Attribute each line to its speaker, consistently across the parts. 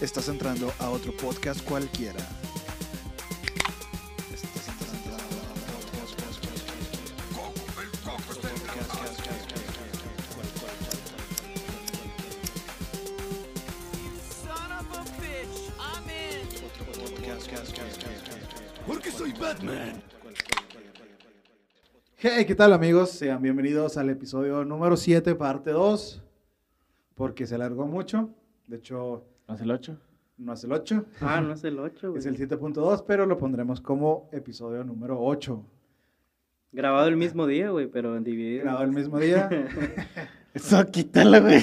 Speaker 1: Estás entrando a otro podcast cualquiera. Estás entrando a otro podcast
Speaker 2: Son of a bitch, I'm in.
Speaker 3: Porque soy Batman.
Speaker 4: Hey, ¿qué tal amigos? Sean bienvenidos al episodio número 7, parte 2, porque se largó mucho, de hecho
Speaker 5: ¿No es el 8?
Speaker 4: no es el 8,
Speaker 6: Ah, no es el 8, güey.
Speaker 4: es el 7.2, pero lo pondremos como episodio número 8,
Speaker 6: Grabado el mismo día, güey, pero dividido.
Speaker 4: Ah. grabado el mismo día.
Speaker 5: Eso, quítalo, güey.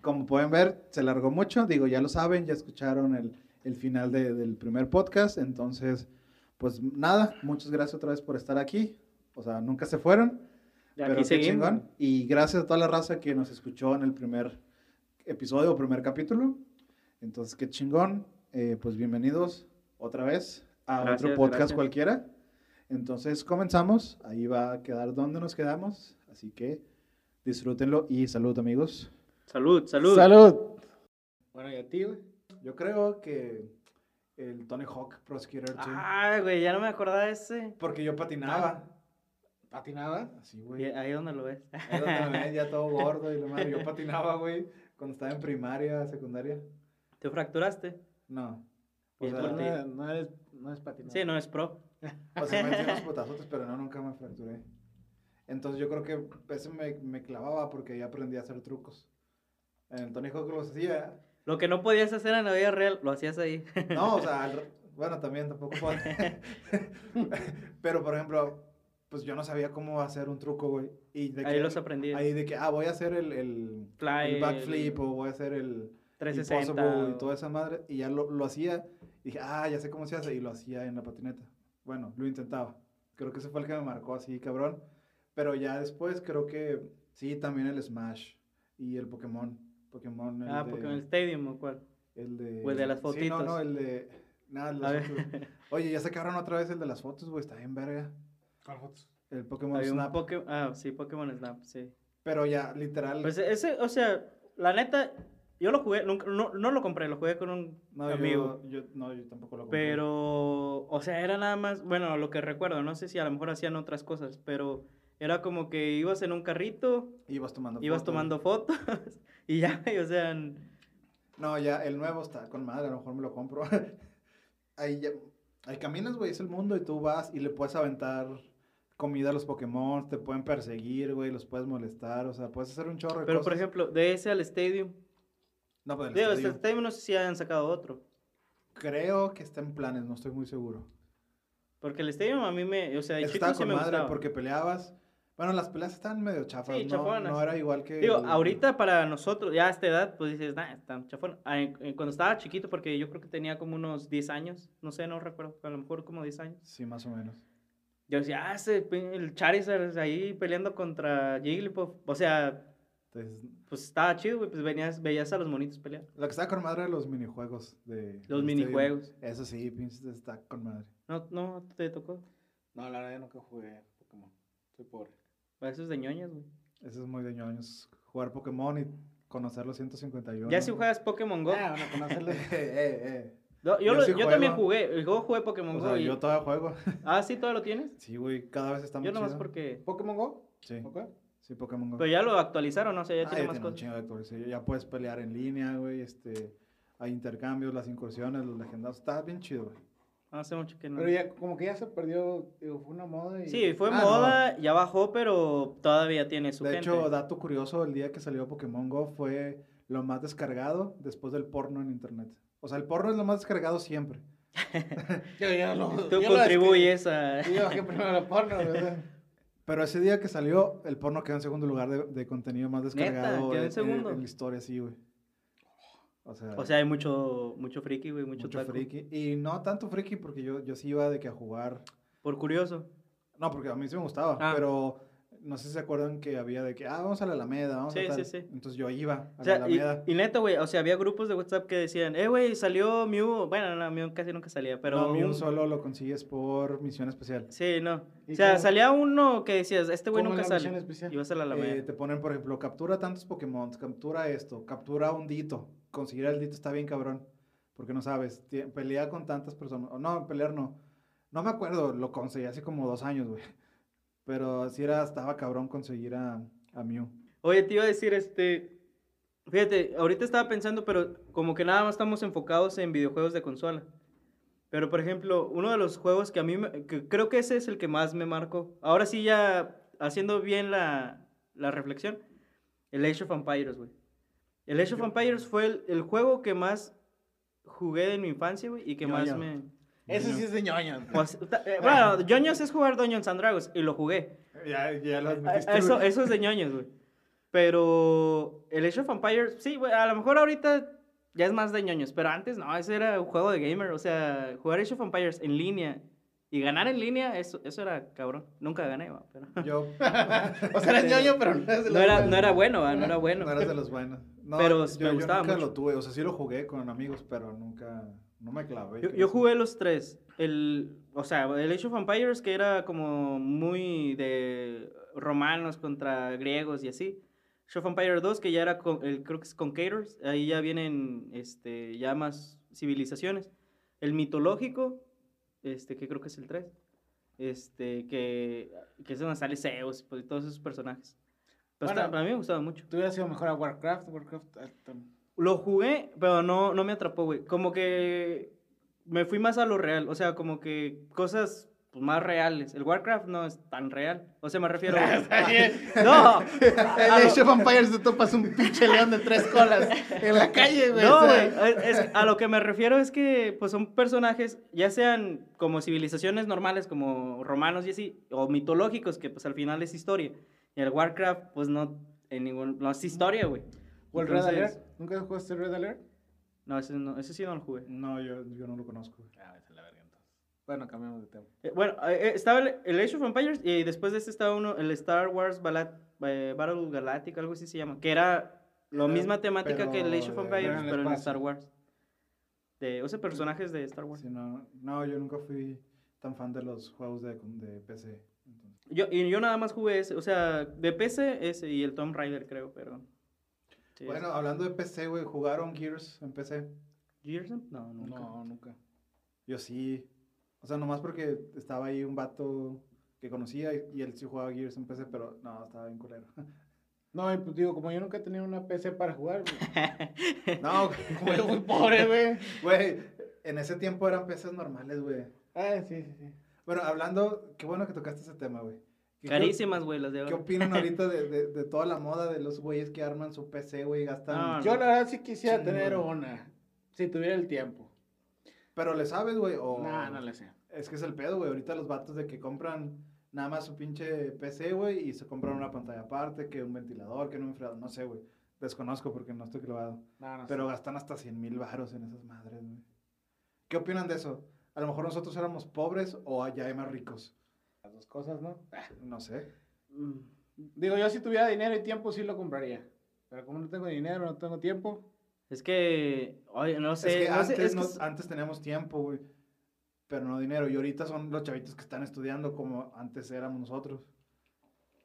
Speaker 4: Como pueden ver, se largó mucho, digo, ya lo saben, ya escucharon el, el final de- del primer podcast, entonces, pues nada, muchas gracias otra vez por estar aquí, o sea, nunca se fueron.
Speaker 6: Y
Speaker 4: Pero
Speaker 6: Aquí
Speaker 4: qué
Speaker 6: seguimos.
Speaker 4: chingón. Y gracias a toda la raza que nos escuchó en el primer episodio o primer capítulo. Entonces, qué chingón. Eh, pues bienvenidos otra vez a
Speaker 6: Gracias,
Speaker 4: otro podcast
Speaker 6: gracias.
Speaker 4: cualquiera. Entonces, comenzamos. Ahí va a quedar donde nos quedamos. Así que disfrútenlo y salud, amigos.
Speaker 6: Salud, salud.
Speaker 5: Salud.
Speaker 4: Bueno, y a ti, güey. Yo creo que el Tony Hawk Prosecutor 2.
Speaker 6: Ah, güey, ya no me acordaba de ese.
Speaker 4: porque yo patinaba. Patinaba, así, güey.
Speaker 6: Y Ahí donde lo ves.
Speaker 4: Ahí donde me ven ya todo gordo y lo madre. Yo patinaba, güey, cuando estaba en primaria, secundaria.
Speaker 6: ¿Te fracturaste?
Speaker 4: No. O
Speaker 6: Bien
Speaker 4: sea,
Speaker 6: por ti.
Speaker 4: no-
Speaker 5: No es, no es patinado.
Speaker 6: Sí, no es pro.
Speaker 4: o sea, me hacían los putazotes, pero no, nunca me fracturé. Entonces yo creo que ese me, me clavaba porque ahí aprendí a hacer trucos. En el Tony Hawk los hacía.
Speaker 6: Lo que no podías hacer en la vida real, lo hacías ahí.
Speaker 4: No, o sea, al r- bueno, también tampoco puedo. pero, por ejemplo, pues yo no sabía cómo hacer un truco, güey. Y de
Speaker 6: Ahí
Speaker 4: que-
Speaker 6: los aprendí.
Speaker 4: Ahí de que, ah, voy a hacer el, el,
Speaker 6: Fly,
Speaker 4: el backflip
Speaker 6: el-
Speaker 4: o voy a hacer el,
Speaker 6: 360.
Speaker 4: Impossible
Speaker 6: o-
Speaker 4: y toda esa madre. Y ya lo, lo hacía. Y dije, ah, ya sé cómo se hace. Y lo hacía en la patineta. Bueno, lo intentaba. Creo que ese fue el que me marcó así, cabrón. Pero ya después creo que sí, también el Smash y el Pokémon. Pokémon, el
Speaker 6: Ah,
Speaker 4: de...
Speaker 6: Pokémon Stadium o cuál.
Speaker 4: el de...
Speaker 6: o el de las
Speaker 4: Sí, no,
Speaker 6: fotitos.
Speaker 4: no, el de... Nada, el de
Speaker 6: A
Speaker 4: las
Speaker 6: ver.
Speaker 4: fotos. Oye, ya sacaron otra vez el de las fotos, güey. Está bien verga. El Pokémon
Speaker 6: Había un
Speaker 4: Snap.
Speaker 6: Poké- Ah, sí, Pokémon Snap, sí.
Speaker 4: Pero ya, literal...
Speaker 6: Pues ese, o sea, la neta, yo lo jugué, nunca, no, no lo compré, lo jugué con un
Speaker 4: no,
Speaker 6: amigo.
Speaker 4: Yo, yo- no, yo tampoco lo compré.
Speaker 6: Pero, o sea, era nada más, bueno, lo que recuerdo, no sé si a lo mejor hacían otras cosas, pero era como que ibas en un carrito,
Speaker 4: Ibas tomando
Speaker 6: ibas
Speaker 4: fotos.
Speaker 6: tomando fotos y ya, y, o sea, n-
Speaker 4: No, ya, el nuevo está con madre, a lo mejor me lo compro. ahí ya, ahí caminas, güey, es el mundo y tú vas y le puedes aventar comida a los Pokémon, te pueden perseguir, güey, los puedes molestar, o sea, puedes hacer un chorro de
Speaker 6: pero por
Speaker 4: cosas.
Speaker 6: ejemplo, de ese al Stadium,
Speaker 4: No, pues, pero el
Speaker 6: digo, este,
Speaker 4: estadio,
Speaker 6: el Stadium no sé si hayan sacado otro,
Speaker 4: creo que está en planes, no estoy muy seguro.
Speaker 6: porque el Stadium a mí me, o sea, de
Speaker 4: Es que
Speaker 6: chico
Speaker 4: estaba
Speaker 6: sí
Speaker 4: con
Speaker 6: me
Speaker 4: madre
Speaker 6: gustaba.
Speaker 4: porque peleabas. Bueno, las peleas estaban medio chafas,
Speaker 6: Sí,
Speaker 4: no,
Speaker 6: chafonas.
Speaker 4: no era igual que...
Speaker 6: Digo,
Speaker 4: el-
Speaker 6: ahorita para nosotros, ya a esta edad, pues dices, nah, está chafón. Ah, en- en- Cuando estaba chiquito, porque yo creo que tenía como unos 10 años, no sé, no recuerdo, a lo mejor como 10 años.
Speaker 4: Sí, más o menos.
Speaker 6: Yo decía, ah, ese pe- el Charizard ahí peleando contra Jigglypuff. O sea,
Speaker 4: Entonces,
Speaker 6: pues estaba chido, güey. Pues venías, veías a los monitos pelear.
Speaker 4: lo que estaba con madre eran los minijuegos de...
Speaker 6: Los
Speaker 4: del estadio.
Speaker 6: minijuegos.
Speaker 4: Eso sí, pinche, está con madre.
Speaker 6: No, no, te tocó.
Speaker 5: No, la verdad, nunca jugué Pokémon. Soy pobre.
Speaker 6: Pues, Eso es de ñoñas, güey.
Speaker 4: Eso es muy de ñoños. Jugar Pokémon y conocer los 151.
Speaker 6: Ya si juegas Pokémon Go.
Speaker 5: Ah, bueno, conocerlo.
Speaker 4: Eh, eh, eh.
Speaker 6: No, yo
Speaker 4: yo
Speaker 6: lo-
Speaker 4: sí
Speaker 6: yo también
Speaker 4: juego.
Speaker 6: jugué. Yo jugué Pokémon
Speaker 4: O
Speaker 6: Go.
Speaker 4: sea,
Speaker 6: y-
Speaker 4: yo todavía juego.
Speaker 6: Ah, sí, todavía lo tienes.
Speaker 4: Sí, güey, cada vez está más
Speaker 6: Yo nomás
Speaker 4: chido.
Speaker 6: porque.
Speaker 5: ¿Pokémon Go?
Speaker 4: Sí,
Speaker 5: ¿Ok?
Speaker 4: sí, Pokémon Go.
Speaker 6: Pero ya lo actualizaron, o sea, ya
Speaker 4: Ah,
Speaker 6: tiene
Speaker 4: ya
Speaker 6: más
Speaker 4: tiene un
Speaker 6: cosas.
Speaker 4: chingo de actualización. Ya puedes pelear en línea, güey. Este, hay intercambios, las incursiones, los legendarios. Está bien chido, güey.
Speaker 6: Hace mucho que no.
Speaker 5: Pero ya, como que ya se perdió, digo, fue una moda y...
Speaker 6: Sí, fue
Speaker 4: Ah,
Speaker 6: moda, ya bajó, pero todavía tiene su
Speaker 4: De
Speaker 6: gente.
Speaker 4: hecho, dato curioso, el día que salió Pokémon Go fue lo más descargado después del porno en internet. O sea, el porno es lo más descargado siempre.
Speaker 5: Yo, yo lo-
Speaker 6: Tú
Speaker 5: yo lo
Speaker 6: contribuyes a.
Speaker 5: descargué. Yo bajé primero el porno, ¿verdad?
Speaker 4: Pero ese día que salió, el porno quedó en segundo lugar de, de contenido más descargado
Speaker 6: quedó en
Speaker 4: en,
Speaker 6: segundo.
Speaker 4: en la historia, sí, güey. O sea,
Speaker 6: O sea, hay mucho, mucho friki, güey, mucho,
Speaker 4: mucho,
Speaker 6: taco.
Speaker 4: friki. Y no tanto friki porque yo, yo sí iba de que a jugar.
Speaker 6: Por curioso.
Speaker 4: No, porque a mí sí me gustaba,
Speaker 6: Ah.
Speaker 4: pero no sé si se acuerdan que había de que, ah, vamos a la Alameda, vamos
Speaker 6: Sí,
Speaker 4: a tal.
Speaker 6: sí, sí.
Speaker 4: Entonces yo iba a
Speaker 6: O
Speaker 4: la
Speaker 6: sea, y,
Speaker 4: Alameda.
Speaker 6: y neta, güey, o sea, había grupos de WhatsApp que decían, eh, güey, salió Mew. Bueno, no, Mew casi nunca salía, pero...
Speaker 4: no, ni un
Speaker 6: un-
Speaker 4: solo lo consigues por misión especial.
Speaker 6: Sí, no.
Speaker 5: ¿Y
Speaker 6: O sea,
Speaker 5: cómo-
Speaker 6: salía uno que decías, este güey
Speaker 5: ¿Cómo
Speaker 6: nunca
Speaker 5: es la misión
Speaker 6: sale.
Speaker 5: especial?
Speaker 6: Y vas a la
Speaker 4: Eh,
Speaker 6: Alameda.
Speaker 4: te ponen, por ejemplo, captura tantos Pokémon, captura esto, captura un dito. Conseguir al dito está bien cabrón. Porque no sabes, ti- pelea con tantas personas. o No, pelear no. No me acuerdo, lo conseguí hace como dos años, güey. Pero sí era, estaba cabrón conseguir a, a Mew.
Speaker 6: Oye, te iba a decir, este. Fíjate, ahorita estaba pensando, pero como que nada más estamos enfocados en videojuegos de consola. Pero, por ejemplo, uno de los juegos que a mí, me- que creo que ese es el que más me marcó. Ahora sí, ya haciendo bien la, la reflexión, el Age of Empires, güey. El Age of Empires fue el, el juego que más jugué en mi infancia, güey, y que más
Speaker 4: Ñoño.
Speaker 6: me...
Speaker 5: Ese sí es de ñoña.
Speaker 6: Pues, ta- eh, bueno, Doños es jugar Doños and Dragons, y lo jugué.
Speaker 4: Ya, ya lo
Speaker 6: Ah,
Speaker 4: admitiste.
Speaker 6: Eso,
Speaker 4: güey.
Speaker 6: eso es de ñoños, güey. Pero el Age of Empires, sí, güey, a lo mejor ahorita ya es más de ñoños, pero antes no, ese era un juego de gamer. O sea, jugar Age of Empires en línea y ganar en línea, eso, eso era cabrón. Nunca gané, va, pero...
Speaker 4: Yo
Speaker 5: O sea, era ñoño, pero no es de
Speaker 6: No
Speaker 5: los
Speaker 6: era,
Speaker 5: buenos.
Speaker 6: no era bueno, va, no era bueno.
Speaker 4: no eras de los buenos. No,
Speaker 6: Pero me
Speaker 4: yo,
Speaker 6: gustaba
Speaker 4: yo nunca
Speaker 6: mucho.
Speaker 4: lo tuve. O sea, sí lo jugué con amigos, pero nunca, no me clavé.
Speaker 6: Yo,
Speaker 4: que
Speaker 6: yo
Speaker 4: eso-
Speaker 6: jugué los tres. El, o sea, el Age of Empires, que era como muy de romanos contra griegos y así. Age of Empires 2, que ya era, con, el, creo que es Conquerors. Ahí ya vienen este, ya más civilizaciones. El mitológico, este, que creo que es el 3. Este, que, que es donde sale Zeus pues, y todos esos personajes. Pero
Speaker 5: Bueno.
Speaker 6: está- a mí me gustaba mucho.
Speaker 5: Tú hubieras sido mejor a Warcraft. Warcraft. ah, tam-
Speaker 6: Lo jugué, pero no, no me atrapó, güey. Como que me fui más a lo real. O sea, como que cosas pues, más reales. El Warcraft no es tan real. O sea, me refiero...
Speaker 5: Está bien.
Speaker 6: no, a-
Speaker 5: El
Speaker 6: a lo-
Speaker 5: Age of Empires te topas un pinche león de tres colas en la calle, güey.
Speaker 6: no,
Speaker 5: o sea,
Speaker 6: güey. es- es- a lo que me refiero es que pues, son personajes, ya sean como civilizaciones normales, como romanos y así, o mitológicos, que pues al final es historia. Y el Warcraft, pues no, en ningún, no es historia, güey.
Speaker 5: O el Red
Speaker 6: Entonces-
Speaker 5: Alert. ¿Nunca jugaste Red Alert?
Speaker 6: No, ese, no, ese sí no lo jugué.
Speaker 4: No, yo, yo no lo conozco. güey.
Speaker 5: Ah, es la verga entonces. Bueno, cambiamos de tema.
Speaker 6: Eh, Bueno, eh, eh, estaba el, el Age of Empires y después de este estaba uno, el Star Wars Bala- eh, Battle Galactic, algo así se llama, que era la
Speaker 4: Era-
Speaker 6: misma temática que el
Speaker 4: pero
Speaker 6: Age of
Speaker 4: de-
Speaker 6: Empires,
Speaker 5: era en el
Speaker 6: pero en
Speaker 5: espacio.
Speaker 6: Star Wars. De, o sea, personajes de Star Wars.
Speaker 4: Sí, no, no, yo nunca fui tan fan de los juegos de, de PC. entonces.
Speaker 6: Yo, y yo nada más jugué ese, o sea, de PC ese y el Tomb Raider, creo, pero... sí,
Speaker 4: bueno, hablando de PC, güey, ¿jugaron Gears en PC?
Speaker 6: ¿Gears? No, nunca.
Speaker 5: No, nunca.
Speaker 4: Yo sí. O sea, nomás porque estaba ahí un vato que conocía y, y él sí jugaba Gears en PC, pero no, estaba bien culero.
Speaker 5: No, y pues digo, como yo nunca he tenido una PC para jugar, güey,
Speaker 4: No,
Speaker 5: Güey,
Speaker 4: güey,
Speaker 5: muy pobre, güey.
Speaker 4: güey, en ese tiempo eran PCs normales, güey.
Speaker 5: Ah, sí, sí, sí.
Speaker 4: Bueno, hablando, qué bueno que tocaste ese tema, güey. ¿Qué-
Speaker 6: Carísimas, güey, las de
Speaker 4: ¿Qué
Speaker 6: ahora.
Speaker 4: opinan ahorita de, de- de toda la moda de los güeyes que arman su PC, güey, y gastan?
Speaker 6: Ah,
Speaker 5: Yo la verdad sí quisiera
Speaker 4: Chingón.
Speaker 5: tener una, si tuviera el tiempo.
Speaker 4: Pero le sabes, güey, o...
Speaker 5: No, no le sé.
Speaker 4: Es que es el pedo, güey. Ahorita los vatos de que compran nada más su pinche PC, güey, y se compran una pantalla aparte, que un ventilador, que un enfriado, no sé, güey. Desconozco porque no estoy clavado.
Speaker 5: No, no
Speaker 4: Pero
Speaker 5: sé.
Speaker 4: gastan hasta 100 mil baros en esas madres, güey. ¿Qué opinan de eso? A lo mejor nosotros éramos pobres o ya hay más ricos.
Speaker 5: Las dos cosas, ¿no?
Speaker 4: No sé.
Speaker 6: Mm.
Speaker 5: Digo, yo si tuviera dinero y tiempo sí lo compraría. Pero como no tengo dinero, no tengo tiempo.
Speaker 6: Es que... Oye, no
Speaker 4: es
Speaker 6: sé,
Speaker 4: que,
Speaker 6: no sé,
Speaker 4: antes,
Speaker 6: es que
Speaker 4: no-
Speaker 6: es-
Speaker 4: antes teníamos tiempo, güey. Pero no dinero. Y ahorita son los chavitos que están estudiando como antes éramos nosotros.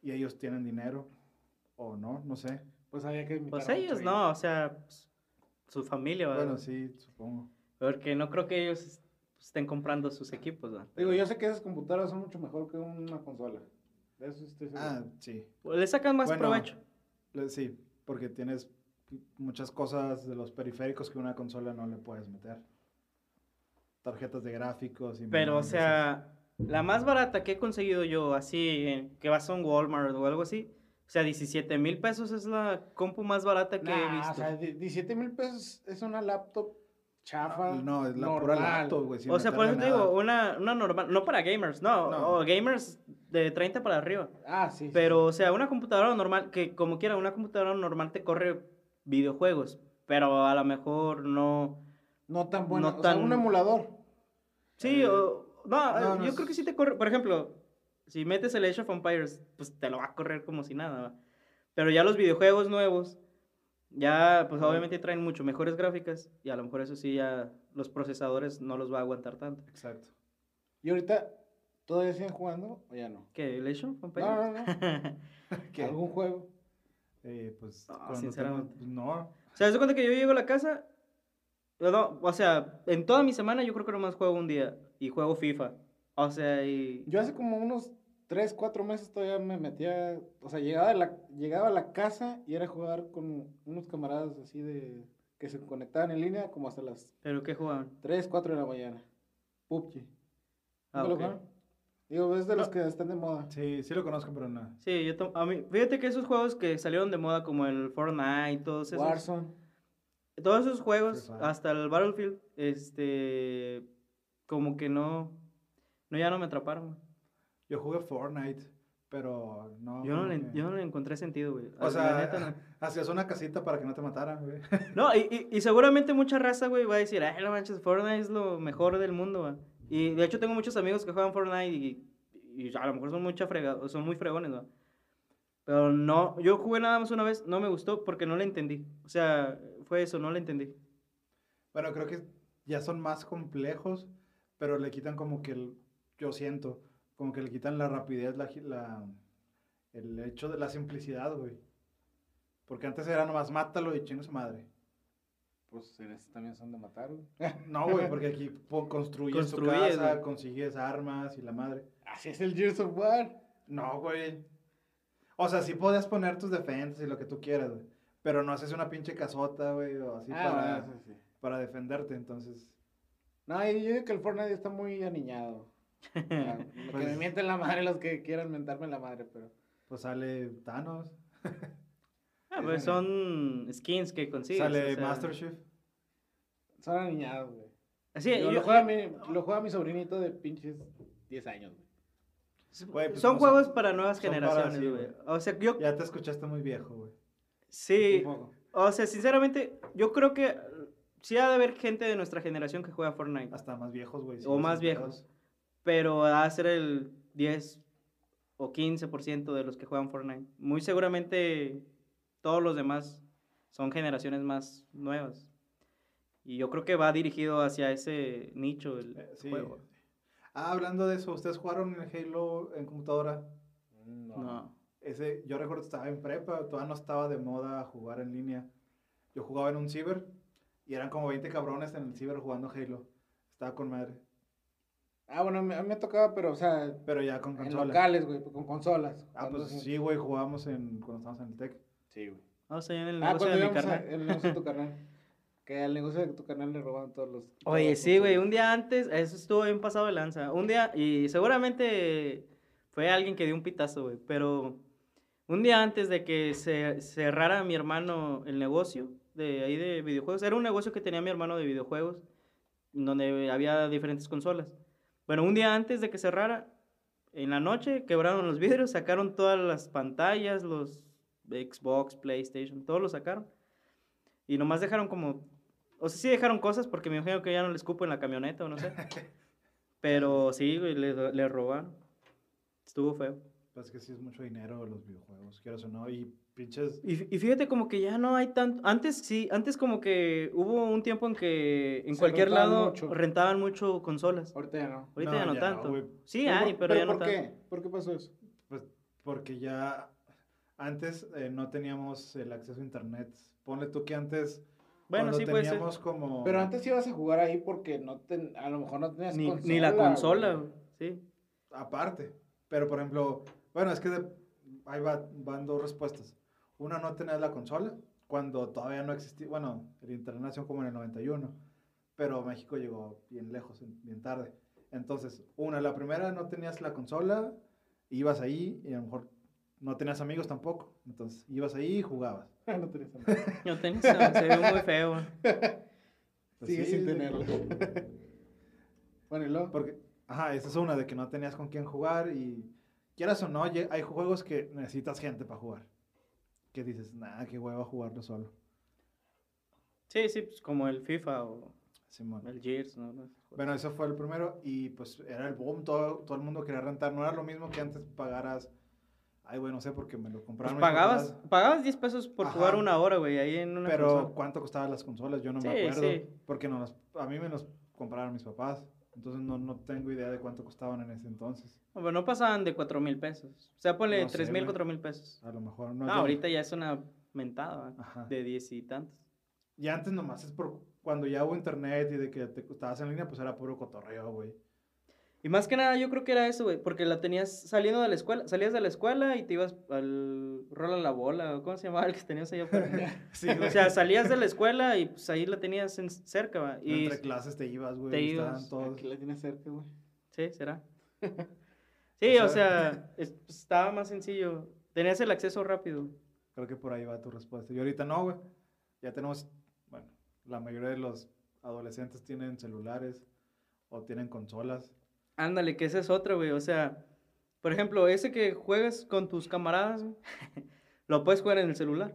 Speaker 4: Y ellos tienen dinero. O no, no sé.
Speaker 5: Pues había que invitar
Speaker 6: Pues
Speaker 5: a
Speaker 6: ellos
Speaker 5: mucha
Speaker 6: no, o sea, pues, su familia, ¿verdad?
Speaker 4: Bueno, sí, supongo.
Speaker 6: Porque no creo que ellos est- estén comprando sus equipos, ¿va?
Speaker 5: gente. Digo, yo sé que esas computadoras son mucho mejor que una consola. De eso estoy seguro.
Speaker 4: Ah, sí.
Speaker 6: O Le sacan más
Speaker 4: Bueno.
Speaker 6: provecho.
Speaker 4: Le- Sí, porque tienes muchas cosas de los periféricos que una consola no le puedes meter. Tarjetas de gráficos y
Speaker 6: Pero, o
Speaker 4: memorias,
Speaker 6: sea, la más barata que he conseguido yo, así, en- que vas a un Walmart o algo así, o sea, 17 mil pesos es la compu más barata que he
Speaker 5: Nah,
Speaker 6: visto.
Speaker 5: o sea, di- 17 mil pesos es una laptop chafa.
Speaker 4: Ah, No, es la pura
Speaker 5: normal.
Speaker 4: laptop, güey. sin
Speaker 6: O sea, por eso
Speaker 4: meterle
Speaker 6: te digo,
Speaker 4: nada.
Speaker 6: una, una normal, no para gamers, no,
Speaker 4: No.
Speaker 6: o gamers de 30 para arriba.
Speaker 5: Ah, sí. sí,
Speaker 6: Pero, o sea, una computadora normal, que como quiera, una computadora normal te corre videojuegos, pero a lo mejor no...
Speaker 5: No tan bueno.
Speaker 6: No
Speaker 5: o sea,
Speaker 6: tan-
Speaker 5: un emulador.
Speaker 6: Sí,
Speaker 5: Eh,
Speaker 6: o- no,
Speaker 4: no,
Speaker 6: eh,
Speaker 4: no
Speaker 6: yo
Speaker 4: es-
Speaker 6: creo que sí te corre. Por ejemplo, si metes el Age of Empires, pues te lo va a correr como si nada. ¿va? Pero ya los videojuegos nuevos, ya, pues obviamente traen mucho mejores gráficas y a lo mejor eso sí ya los procesadores no los va a aguantar tanto.
Speaker 4: Exacto.
Speaker 5: ¿Y ahorita todavía siguen jugando o ya no?
Speaker 6: ¿Qué? ¿El Age of Empires?
Speaker 5: No, no, no.
Speaker 4: Pues, ¿Qué?
Speaker 5: ¿Algún juego?
Speaker 4: Eh, pues,
Speaker 6: No,
Speaker 4: cuando tengo-
Speaker 6: sinceramente.
Speaker 4: pues, no.
Speaker 6: O sea, haz de cuenta que yo llego a la casa Yo no, o sea, en toda mi semana yo creo que nomás juego un día y juego FIFA. O sea, y...
Speaker 5: Yo hace como unos 3, 4 meses todavía me metía, o sea, llegaba a la, llegaba a la casa y era jugar con unos camaradas así de que se conectaban en línea como hasta las
Speaker 6: ¿Pero qué jugaban?
Speaker 5: 3, 4 de la mañana. PUBG.
Speaker 6: Ah,
Speaker 5: ¿Nunca lo
Speaker 6: ok.
Speaker 5: jugaron? Digo, es de los que están de moda.
Speaker 4: Sí, sí lo conozco, pero no.
Speaker 6: Sí, yo tam- a mí, fíjate que esos juegos que salieron de moda como el Fortnite y todos esos,
Speaker 5: Warzone.
Speaker 6: todos esos juegos
Speaker 4: Free Fire.
Speaker 6: hasta el Battlefield, este, como que no, no ya no me atraparon. güey.
Speaker 4: Yo jugué Fortnite, pero no.
Speaker 6: Yo no,
Speaker 4: como
Speaker 6: le,
Speaker 4: que-
Speaker 6: yo no le encontré sentido, güey.
Speaker 4: Ah, O
Speaker 6: La
Speaker 4: sea,
Speaker 6: neta, no.
Speaker 4: hacías una casita para que no te mataran, güey.
Speaker 6: No, y, y- y seguramente mucha raza, güey, va a decir, ay, no manches, Fortnite es lo mejor del mundo, va. Y de hecho tengo muchos amigos que juegan Fortnite y, y a lo mejor son, mucha frega- o son muy fregones, va. Pero no, yo jugué nada más una vez, no me gustó porque no la entendí. O sea, fue eso, no la entendí.
Speaker 4: Bueno, creo que ya son más complejos, pero le quitan como que el, yo siento, como que le quitan la rapidez, la, gi- la- el hecho de la simplicidad, güey. Porque antes era nomás mátalo y chinga su madre.
Speaker 5: Pues eres- también son de matar, güey.
Speaker 4: No, güey, porque aquí po- construyes, tu
Speaker 6: Construyes,
Speaker 4: casa,
Speaker 6: güey.
Speaker 4: consigues armas y la madre.
Speaker 5: Así es el Gears of War.
Speaker 4: No, güey. O sea, sí podías poner tus defensas y lo que tú quieras, güey. Pero no haces una pinche casota, güey, o así para,
Speaker 5: Ah, sí, sí.
Speaker 4: para defenderte, entonces.
Speaker 5: No, y yo digo que el Fortnite está muy aniñado. Ah, que me
Speaker 4: Pues-
Speaker 5: mienten la madre los que quieran mentarme la madre, pero.
Speaker 4: Pues sale Thanos,
Speaker 6: Ah, pues son skins que consigues.
Speaker 4: sale
Speaker 6: o sea.
Speaker 4: Master Chief.
Speaker 5: Son aniñados, güey.
Speaker 6: Sí,
Speaker 5: Digo,
Speaker 6: yo-
Speaker 5: lo, juega mi, lo juega mi sobrinito de pinches 10 años, güey.
Speaker 4: Güey, pues
Speaker 6: son
Speaker 4: no
Speaker 6: juegos para nuevas
Speaker 4: son para
Speaker 6: generaciones,
Speaker 4: así,
Speaker 6: güey.
Speaker 4: güey.
Speaker 6: O sea, yo...
Speaker 4: Ya te escuchaste muy viejo, güey.
Speaker 6: Sí,
Speaker 5: Un poco.
Speaker 6: o sea, sinceramente, yo creo que eh, sí ha de haber gente de nuestra generación que juega Fortnite.
Speaker 4: Hasta más viejos, güey. sí,
Speaker 6: O más
Speaker 4: sin
Speaker 6: viejos.
Speaker 4: pedos.
Speaker 6: pero va a ser el 10 o 15% de los que juegan Fortnite. Muy seguramente todos los demás son generaciones más nuevas. Y yo creo que va dirigido hacia ese nicho el
Speaker 4: Eh, sí.
Speaker 6: juego.
Speaker 4: Ah, hablando de eso, ¿ustedes jugaron el Halo en computadora?
Speaker 5: No.
Speaker 6: No.
Speaker 4: Ese, yo recuerdo que estaba en prepa, todavía no estaba de moda jugar en línea. Yo jugaba en un ciber y eran como 20 cabrones en el ciber jugando Halo. Estaba con madre.
Speaker 5: Ah, bueno, a mí a mí me tocaba, pero, o sea,
Speaker 4: Pero ya con
Speaker 5: en
Speaker 4: consola.
Speaker 5: locales, güey, con consolas.
Speaker 4: Ah,
Speaker 5: Cuando
Speaker 4: pues
Speaker 5: sí-
Speaker 4: sí, güey, jugábamos en, cuando estábamos en el TEC.
Speaker 5: Sí, güey.
Speaker 6: Vamos allá en el
Speaker 5: Ah,
Speaker 6: negocio
Speaker 5: cuando
Speaker 6: de mi
Speaker 5: íbamos a-
Speaker 6: carnal.
Speaker 5: en el negocio de tu carnal. Que al negocio de tu carnal le robaban todos los. todas
Speaker 6: Oye,
Speaker 5: las
Speaker 6: sí, güey,
Speaker 5: consolas.
Speaker 6: un día antes, eso estuvo bien pasado de lanza. Un día, y seguramente fue alguien que dio un pitazo, güey, pero un día antes de que se cerrara mi hermano el negocio de ahí de videojuegos, era un negocio que tenía mi hermano de videojuegos, donde había diferentes consolas. Bueno, un día antes de que cerrara, en la noche quebraron los vidrios, sacaron todas las pantallas, los Xbox, PlayStation, todo lo sacaron. Y nomás dejaron como o sea, sí dejaron cosas porque me imagino que ya no les cupo en la camioneta o no sé. Pero sí, güey, le, le robaron. Estuvo feo.
Speaker 4: Pues es que sí es mucho dinero los videojuegos, quieras o no. Y pinches.
Speaker 6: Y, fí- y fíjate como que ya no hay tanto... Antes sí, antes como que hubo un tiempo en que en
Speaker 5: Se
Speaker 6: cualquier
Speaker 5: rentaban
Speaker 6: lado
Speaker 5: mucho.
Speaker 6: rentaban mucho consolas.
Speaker 5: Ahorita ya no.
Speaker 6: Ahorita
Speaker 4: No,
Speaker 6: ya no
Speaker 4: ya no,
Speaker 6: tanto.
Speaker 4: güey.
Speaker 6: sí, hay,
Speaker 5: por-
Speaker 6: pero, ya no
Speaker 5: ¿Por
Speaker 6: tanto.
Speaker 5: qué? ¿Por qué pasó eso?
Speaker 4: Pues porque ya antes eh, no teníamos el acceso a internet. Ponle tú que antes
Speaker 6: Bueno,
Speaker 4: cuando
Speaker 6: sí puede ser.
Speaker 4: teníamos como
Speaker 5: Pero antes ibas a jugar ahí porque no ten- a lo mejor no tenías
Speaker 6: Ni, ni la
Speaker 5: güey.
Speaker 6: consola, güey. Sí.
Speaker 4: aparte. Pero por ejemplo, bueno, es que de- ahí va- van dos respuestas. Una no tener la consola cuando todavía no existía, bueno, el internet nació como en el 91, pero México llegó bien lejos, en- bien tarde. Entonces, una, la primera no tenías la consola, ibas ahí y a lo mejor no tenías amigos tampoco. Entonces, ibas ahí y jugabas.
Speaker 5: no tenías nada.
Speaker 6: No tengo, se se ve muy feo, güey.
Speaker 5: Sigue sin
Speaker 4: de-
Speaker 5: tenerlo. Bueno, y luego. ah,
Speaker 4: Porque, ajá, esa es una de que no tenías con quién jugar y quieras o no, lle- hay juegos que necesitas gente para jugar. Que dices, nada, qué hueva jugarlo solo.
Speaker 6: Sí, sí, pues como el FIFA o
Speaker 4: Simón.
Speaker 6: el Gears, ¿no? No sé.
Speaker 4: Bueno, eso fue el primero y pues era el boom, todo, todo el mundo quería rentar. No era lo mismo que antes pagaras, ay, güey, no sé, porque me lo
Speaker 6: Pues
Speaker 4: compraron. mis
Speaker 6: pagabas,
Speaker 4: papás,
Speaker 6: pagabas 10 pesos por jugar
Speaker 4: Ajá.
Speaker 6: una hora, güey, ahí en una
Speaker 4: Pero
Speaker 6: consola.
Speaker 4: cuánto costaban las consolas, yo no
Speaker 6: Sí,
Speaker 4: me acuerdo.
Speaker 6: sí.
Speaker 4: Porque no las- a mí me los compraron mis papás. Entonces no, no tengo idea de cuánto costaban en ese entonces.
Speaker 6: No, pero no pasaban de 4 mil pesos. O sea, ponle
Speaker 4: No sé,
Speaker 6: 3 mil,
Speaker 4: güey.
Speaker 6: 4 mil pesos.
Speaker 4: A lo mejor no.
Speaker 6: No,
Speaker 4: yo-
Speaker 6: ahorita ya es una mentada
Speaker 4: Ajá.
Speaker 6: de 10 y tantos.
Speaker 4: Y antes nomás es por cuando ya hubo internet y de que te estabas en línea, pues era puro cotorreo, güey.
Speaker 6: Y más que nada, yo creo que era eso, güey, porque la tenías saliendo de la escuela, salías de la escuela y te ibas al Roland la Bola, o ¿cómo se llamaba el que tenías allá? por-
Speaker 4: Sí,
Speaker 6: o
Speaker 4: güey.
Speaker 6: sea, salías de la escuela y pues ahí la tenías en- cerca, va, y
Speaker 4: Entre clases te ibas, güey.
Speaker 6: te
Speaker 4: y
Speaker 6: ibas, ah,
Speaker 4: estaban todos-
Speaker 5: Aquí la tienes cerca, güey.
Speaker 6: Sí, será. Sí,
Speaker 4: O
Speaker 6: o
Speaker 4: sea-
Speaker 6: sea, es- pues, estaba más sencillo. Tenías el acceso rápido.
Speaker 4: Creo que por ahí va tu respuesta. Y ahorita no, güey. Ya tenemos, bueno, la mayoría de los adolescentes tienen celulares o tienen consolas.
Speaker 6: Ándale, que esa es otra, güey. O sea, por ejemplo, ese que juegas con tus camaradas, güey, lo puedes jugar en el celular.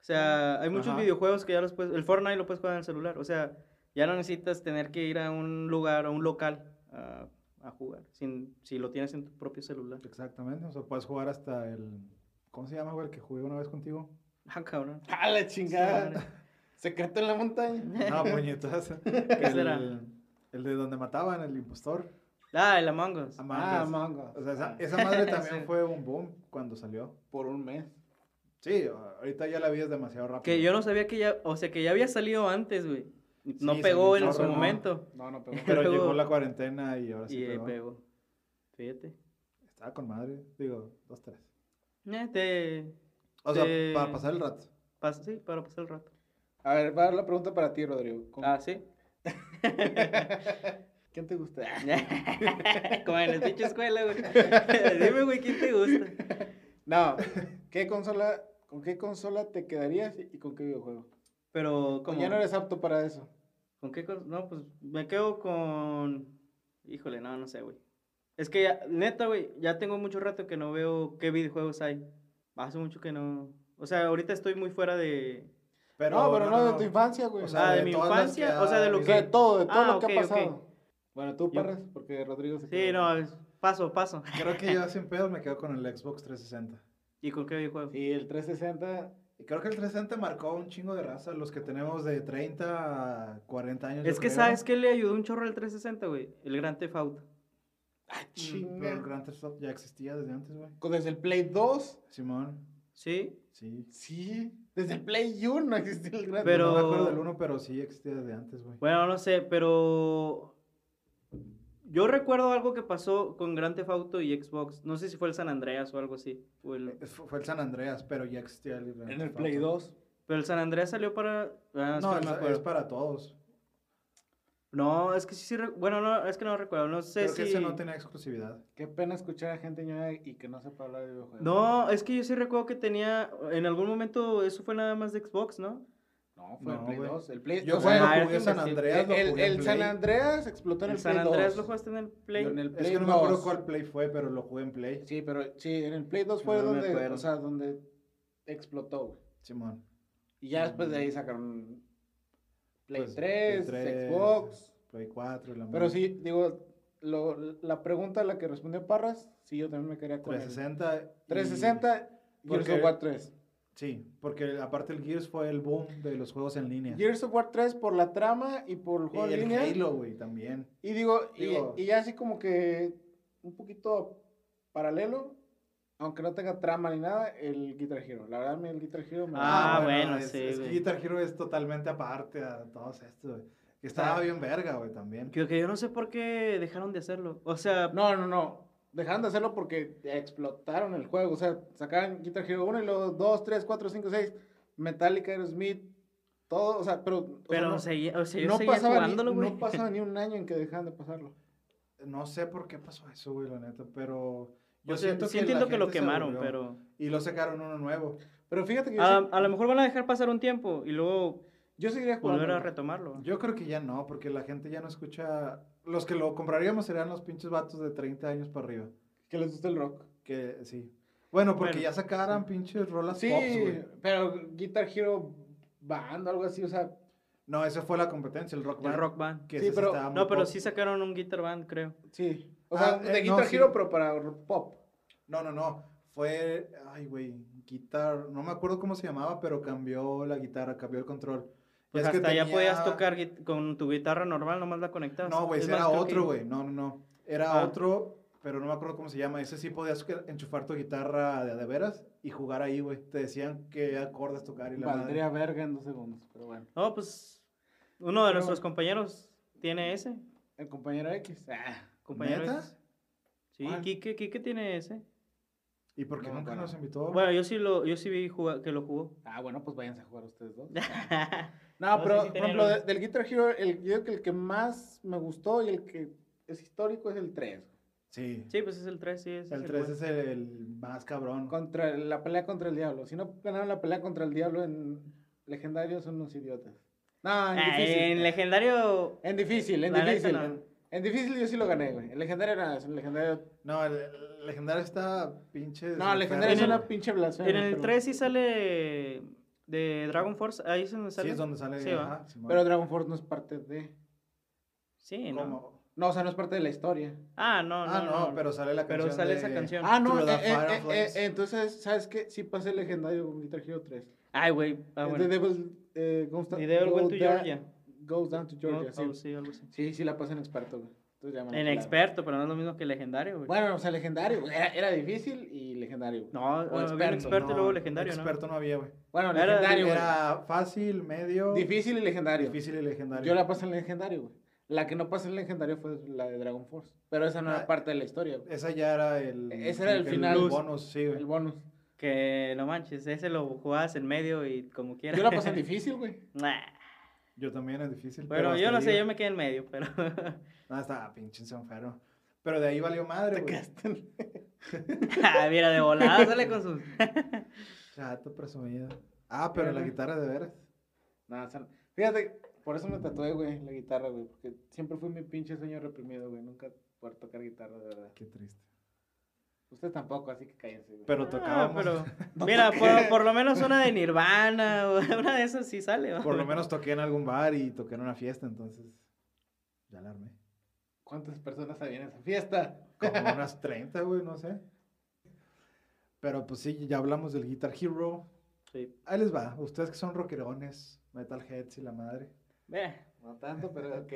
Speaker 6: O sea, hay muchos
Speaker 4: Ajá.
Speaker 6: videojuegos que ya los puedes... El Fortnite lo puedes jugar en el celular. O sea, ya no necesitas tener que ir a un lugar, a un local a, a jugar. sin- si lo tienes en tu propio celular.
Speaker 4: Exactamente. O sea, puedes jugar hasta el. ¿Cómo se llama, güey? El que jugué una vez contigo.
Speaker 6: Ah, cabrón.
Speaker 5: ¡A la chingada!
Speaker 6: madre.
Speaker 5: Secreto en la montaña.
Speaker 4: No, puñetas. el,
Speaker 6: será?
Speaker 4: el de donde mataban, el impostor.
Speaker 6: Ah, el Among Us.
Speaker 4: Among
Speaker 5: Ah,
Speaker 4: Us.
Speaker 5: mango.
Speaker 4: O sea, esa, esa madre también
Speaker 6: Sí.
Speaker 4: fue un boom cuando salió.
Speaker 5: Por un mes.
Speaker 4: Sí, ahorita ya la vi es demasiado rápido.
Speaker 6: Que yo no sabía que ya, o sea, que ya había salido antes, güey. No
Speaker 4: Sí,
Speaker 6: pegó
Speaker 4: salió
Speaker 6: en
Speaker 4: un
Speaker 6: su
Speaker 4: chorro, ¿no?
Speaker 6: momento.
Speaker 5: No, no, pero.
Speaker 4: Pero
Speaker 6: pegó.
Speaker 4: llegó la cuarentena y ahora sí
Speaker 6: y eh,
Speaker 4: pegó.
Speaker 6: pegó. Fíjate.
Speaker 4: Estaba con madre. Digo, dos, tres.
Speaker 6: Eh, te
Speaker 4: O sea,
Speaker 6: Eh,
Speaker 4: para pasar el rato.
Speaker 6: pas- sí, para pasar el rato.
Speaker 5: A ver, va la pregunta para ti, Rodrigo. ¿Con-
Speaker 6: Ah, sí.
Speaker 5: ¿Quién te gusta?
Speaker 6: Como en la pinche escuela, güey. Dime, güey, ¿quién te gusta?
Speaker 5: No. ¿Qué consola, ¿Con qué consola te quedarías y con qué videojuego?
Speaker 6: Pero como.
Speaker 5: Pues Ya no eres apto para eso.
Speaker 6: ¿Con qué cos- No, pues me quedo con. Híjole, no, no sé, güey. Es que ya, neta, güey, ya tengo mucho rato que no veo qué videojuegos hay. Hace mucho que no. O sea, ahorita estoy muy fuera de.
Speaker 4: Pero,
Speaker 5: no, pero no, de tu infancia, güey.
Speaker 4: O
Speaker 5: O
Speaker 4: sea,
Speaker 5: sea,
Speaker 6: ah, de,
Speaker 4: de
Speaker 6: mi
Speaker 4: todas las que
Speaker 6: infancia, o sea, de lo
Speaker 4: hay.
Speaker 5: de
Speaker 6: que.
Speaker 5: todo, de todo
Speaker 6: Ah,
Speaker 5: lo que
Speaker 6: ok,
Speaker 5: ha
Speaker 6: ok.
Speaker 5: pasado. Bueno, tú,
Speaker 6: Yo-
Speaker 5: Parras, porque Rodrigo se
Speaker 6: Sí,
Speaker 5: quedó.
Speaker 6: no, es- paso, paso.
Speaker 4: Creo que yo sin pedos me quedo con el Xbox 360.
Speaker 6: ¿Y con qué videojuego?
Speaker 5: Y el 360,
Speaker 4: Y creo que el 360 marcó un chingo de raza, los que tenemos de 30 a 40 años. Mm,
Speaker 6: Es que, ¿sabes qué le ayudó un chorro al 360, güey? El Gran Theft Auto.
Speaker 4: Pero el
Speaker 5: chinga.
Speaker 4: Grand Theft Auto ya existía desde antes, güey.
Speaker 5: Con- Desde el Play 2,
Speaker 4: Simón,
Speaker 6: ¿Sí?
Speaker 4: sí.
Speaker 5: sí. Desde el Play 1 no existía el gran.
Speaker 6: Pero-
Speaker 4: No me acuerdo del uno, pero sí existía desde antes, güey.
Speaker 6: Bueno, no sé, pero... Yo recuerdo algo que pasó con Gran Theft Auto y Xbox. No sé si fue el San Andreas o algo así. o el-
Speaker 4: Eh, Fue fue el San Andreas, pero ya existía el Grand
Speaker 5: En el
Speaker 4: Theft
Speaker 5: Play
Speaker 4: Auto.
Speaker 5: 2.
Speaker 6: Pero el San Andreas salió para... Ah, es que
Speaker 4: No,
Speaker 6: no, me
Speaker 4: es,
Speaker 6: acuerdo.
Speaker 4: es para todos.
Speaker 6: No, es que sí, sí... re- Bueno, no, es que no recuerdo. No sé
Speaker 4: Creo
Speaker 6: si...
Speaker 4: que ese no tenía exclusividad.
Speaker 5: Qué pena escuchar a gente ñoña y que no sepa hablar de videojuegos.
Speaker 6: No, es que yo sí recuerdo que tenía... En algún momento eso fue nada más de Xbox, ¿no?
Speaker 5: No, fue
Speaker 4: No,
Speaker 5: el Play
Speaker 4: güey.
Speaker 5: 2. El Play
Speaker 4: Yo
Speaker 5: o sea,
Speaker 6: Ah,
Speaker 4: cuando
Speaker 6: es
Speaker 4: jugué
Speaker 6: que
Speaker 4: San
Speaker 6: me-
Speaker 4: Andreas, lo
Speaker 5: el,
Speaker 4: jugué en
Speaker 5: el
Speaker 4: Play.
Speaker 5: San Andreas explotó en el,
Speaker 6: El San
Speaker 5: Play
Speaker 6: Andreas
Speaker 5: 2.
Speaker 6: lo jugaste en el Play.
Speaker 5: Yo en el
Speaker 4: Es
Speaker 5: Play
Speaker 4: que no me
Speaker 5: 2.
Speaker 4: acuerdo cuál Play fue, pero lo jugué en Play.
Speaker 5: Sí, pero sí, en el Play 2 fue
Speaker 6: No me
Speaker 5: donde,
Speaker 6: acuerdo.
Speaker 5: o sea, donde explotó, güey.
Speaker 4: Simón.
Speaker 5: Y ya después de ahí sacaron Play,
Speaker 4: Mm. Pues,
Speaker 5: 3,
Speaker 4: Play 3,
Speaker 5: Xbox.
Speaker 4: Play 4 y la
Speaker 5: Pero
Speaker 4: madre.
Speaker 5: sí, digo, lo- la pregunta a la que respondió Parras, sí, yo también me quería con el
Speaker 4: 360. y-
Speaker 5: 360 y Gears
Speaker 4: Porque-
Speaker 5: of War 3.
Speaker 4: Sí, porque aparte el Gears fue el boom de los juegos en línea.
Speaker 5: Gears of War 3 por la trama y por el
Speaker 4: y
Speaker 5: juego en
Speaker 4: el
Speaker 5: línea.
Speaker 4: Halo, güey, también.
Speaker 5: Y digo, y-
Speaker 4: Digo-
Speaker 5: y, ya así como que un poquito paralelo, aunque no tenga trama ni nada, el Guitar Hero. La verdad, a mí el Guitar Hero me
Speaker 6: Ah, bueno,
Speaker 4: es,
Speaker 6: sí,
Speaker 4: es que
Speaker 6: güey.
Speaker 4: Guitar Hero es totalmente aparte a todos estos, güey. Que estaba
Speaker 5: Ah.
Speaker 4: bien verga, güey, también.
Speaker 6: Que, que yo no sé por qué dejaron de hacerlo. O sea,
Speaker 5: No, no, no. Dejaron de hacerlo porque explotaron el juego. O sea, sacaban Guitar Hero 1 y luego 2, 3, 4, 5, 6. Metallica, Aerosmith, todo. O sea, pero. o sea,
Speaker 6: pero
Speaker 5: no-
Speaker 6: seguía, o sea, yo
Speaker 5: no,
Speaker 6: seguía
Speaker 5: pasaba ni,
Speaker 6: jugándolo, güey.
Speaker 5: no pasaba ni un año en que dejaban de pasarlo.
Speaker 4: No sé por qué pasó eso, güey, la neta, pero yo
Speaker 6: O sea,
Speaker 4: siento
Speaker 6: sí
Speaker 4: que la
Speaker 6: entiendo que lo
Speaker 4: gente se
Speaker 6: quemaron,
Speaker 4: aburrió
Speaker 6: pero...
Speaker 4: Y lo sacaron uno nuevo.
Speaker 5: Pero fíjate que yo,
Speaker 6: A,
Speaker 5: sí-
Speaker 6: Ah, a lo mejor van a dejar pasar un tiempo y luego
Speaker 5: yo seguiría jugando.
Speaker 6: volver a retomarlo.
Speaker 4: Yo creo que ya no, porque la gente ya no escucha... Los que lo compraríamos serían los pinches vatos de 30 años para arriba.
Speaker 5: Que les gusta el rock.
Speaker 4: Que sí. Bueno, porque
Speaker 6: Bueno.
Speaker 4: ya sacaran pinches rolas
Speaker 5: Sí,
Speaker 4: pops, güey.
Speaker 5: pero Guitar Hero Band o algo así, o sea,
Speaker 4: No, esa fue la competencia, el rock
Speaker 6: El
Speaker 4: band.
Speaker 6: Rock Band.
Speaker 4: que
Speaker 5: Sí,
Speaker 4: ese
Speaker 5: pero-
Speaker 4: estaba muy
Speaker 6: No, pero
Speaker 4: pop.
Speaker 6: sí sacaron un Guitar Band, creo.
Speaker 5: sí. O
Speaker 4: Ah,
Speaker 5: sea, de
Speaker 4: eh, no,
Speaker 5: Guitar
Speaker 4: sí.
Speaker 5: Hero, pero para r- pop.
Speaker 4: No, no, no. Fue, ay, güey, guitar, no me acuerdo cómo se llamaba, pero cambió la guitarra, cambió el control.
Speaker 6: Pues
Speaker 4: Es que
Speaker 6: hasta ya
Speaker 4: tenía-
Speaker 6: podías tocar gui- con tu guitarra normal, nomás la conectabas.
Speaker 4: No, güey,
Speaker 6: Es
Speaker 4: ese era
Speaker 6: más, creo que-
Speaker 4: otro, güey. No, no, no. Era
Speaker 6: Ah.
Speaker 4: otro, pero no me acuerdo cómo se llama. Ese sí podías que- enchufar tu guitarra de, de veras y jugar ahí, güey. Te decían qué acordes tocar y la madre.
Speaker 5: Valdría verga en dos segundos, pero bueno.
Speaker 6: Oh, pues uno de
Speaker 5: Pero-
Speaker 6: nuestros compañeros tiene ese.
Speaker 5: El compañero X. Ah,
Speaker 6: Compañero
Speaker 4: ¿Neta?
Speaker 6: es- Sí,
Speaker 5: ¿Cuál?
Speaker 6: Kike, Kike tiene ese.
Speaker 4: ¿Y por qué
Speaker 5: No me
Speaker 4: nunca
Speaker 5: acuerdo.
Speaker 4: nos invitó?
Speaker 6: Bueno, yo sí lo, yo sí vi jugar- que lo jugó.
Speaker 5: ah, bueno, pues váyanse a jugar ustedes dos.
Speaker 6: No
Speaker 5: No,
Speaker 6: sé
Speaker 5: pero
Speaker 6: si
Speaker 5: por ejemplo,
Speaker 6: tenían-
Speaker 5: de- del Guitar Hero, el, yo creo que el que más me gustó y el que es histórico es el 3.
Speaker 4: sí.
Speaker 6: sí, pues es el 3, sí. ese es
Speaker 4: El 3
Speaker 6: bueno.
Speaker 4: es el, el más cabrón.
Speaker 5: Contra el- la pelea contra el diablo. Si no ganaron la pelea contra el diablo en legendario, son unos idiotas. No, en
Speaker 6: Ah,
Speaker 5: difícil.
Speaker 6: en legendario.
Speaker 5: En difícil, en
Speaker 6: La neta,
Speaker 5: difícil.
Speaker 6: no.
Speaker 5: En difícil yo sí lo gané, güey. En legendario era en legendario.
Speaker 4: No, el, el legendario está pinche.
Speaker 5: No,
Speaker 4: super-
Speaker 5: legendario es
Speaker 6: En el-
Speaker 5: una pinche
Speaker 4: Ah,
Speaker 5: blasfemia.
Speaker 6: En el
Speaker 5: pero-
Speaker 6: 3 sí sale de Dragon Force. Ahí es donde
Speaker 4: Sí,
Speaker 6: sale.
Speaker 4: es donde sale.
Speaker 6: Sí, va.
Speaker 4: ajá, Simón.
Speaker 5: Pero Dragon Force no es parte de.
Speaker 6: Sí, no.
Speaker 4: ¿Cómo?
Speaker 5: No, o sea, no es parte de la historia.
Speaker 6: Ah, no, no.
Speaker 4: ah, no, pero sale la
Speaker 6: pero
Speaker 4: canción.
Speaker 6: sale
Speaker 4: de-
Speaker 6: esa canción.
Speaker 5: Ah, no,
Speaker 4: Through the
Speaker 5: eh, eh, eh,
Speaker 4: Fireflies.
Speaker 5: eh, entonces, ¿sabes qué? Sí pasé el legendario con Guitar Hero 3.
Speaker 6: Ay, güey. Ah,
Speaker 5: The
Speaker 6: bueno.
Speaker 5: Devil eh, goes, down-
Speaker 6: The Devil went
Speaker 5: go
Speaker 6: to
Speaker 5: da-
Speaker 6: Georgia.
Speaker 5: Goes down to Georgia,
Speaker 6: Oh,
Speaker 5: sí.
Speaker 6: oh, sí, algo así.
Speaker 5: Sí, sí la pasé en experto, güey. Entonces ya me la
Speaker 6: En
Speaker 5: clavé.
Speaker 6: experto, pero no es lo mismo que legendario, güey.
Speaker 5: Bueno, o sea, legendario. güey, Era, era difícil y legendario. güey.
Speaker 6: no, ah, había un
Speaker 5: experto,
Speaker 6: experto y luego legendario,
Speaker 4: Experto no había, güey.
Speaker 5: Bueno,
Speaker 6: Era-
Speaker 5: legendario, güey.
Speaker 4: Era fácil, medio.
Speaker 5: Difícil y legendario.
Speaker 4: Difícil y legendario.
Speaker 5: Yo la pasé en legendario, güey. La que no pasé en legendario fue la de Dragon Force. Pero esa no era
Speaker 4: Ah.
Speaker 5: parte de la historia, güey.
Speaker 4: Esa ya era el.
Speaker 5: Ese era el final.
Speaker 4: El bonus, sí,
Speaker 5: El
Speaker 4: güey.
Speaker 5: bonus.
Speaker 6: ¿no? Que no manches, ese lo jugabas en medio y como quieras.
Speaker 5: Yo la pasé en difícil, güey.
Speaker 6: Nah.
Speaker 4: Yo también es difícil.
Speaker 6: Bueno,
Speaker 4: pero
Speaker 6: yo
Speaker 4: hasta
Speaker 6: no sé,
Speaker 4: ahí-
Speaker 6: yo me quedé en medio, pero.
Speaker 4: No, estaba pinche enfermo. Pero de ahí valió madre,
Speaker 5: Te
Speaker 4: güey.
Speaker 5: quedaste en-
Speaker 6: Ah, Mira, de volada sale con sus.
Speaker 4: Chato presumido. Ah, pero la guitarra de veras.
Speaker 5: No, o sea, fíjate, por eso me tatué, güey, la guitarra, güey. Porque siempre fue mi pinche sueño reprimido, güey. Nunca poder tocar guitarra, de verdad.
Speaker 4: Qué triste.
Speaker 5: Ustedes tampoco, así que cállense, güey.
Speaker 4: Pero
Speaker 6: Ah,
Speaker 4: tocábamos.
Speaker 6: pero. Mira, por, por lo menos una de Nirvana, o una de esas sí sale. ¿va?
Speaker 4: Por lo menos toqué en algún bar y toqué en una fiesta, entonces. Ya la armé.
Speaker 5: ¿Cuántas personas habían en esa fiesta?
Speaker 4: Como unas 30, güey, no sé. Pero pues sí, ya hablamos del Guitar Hero.
Speaker 6: Sí.
Speaker 4: Ahí les va. Ustedes que son rockerones, metalheads y la madre.
Speaker 6: Meh,
Speaker 5: No tanto, pero ok.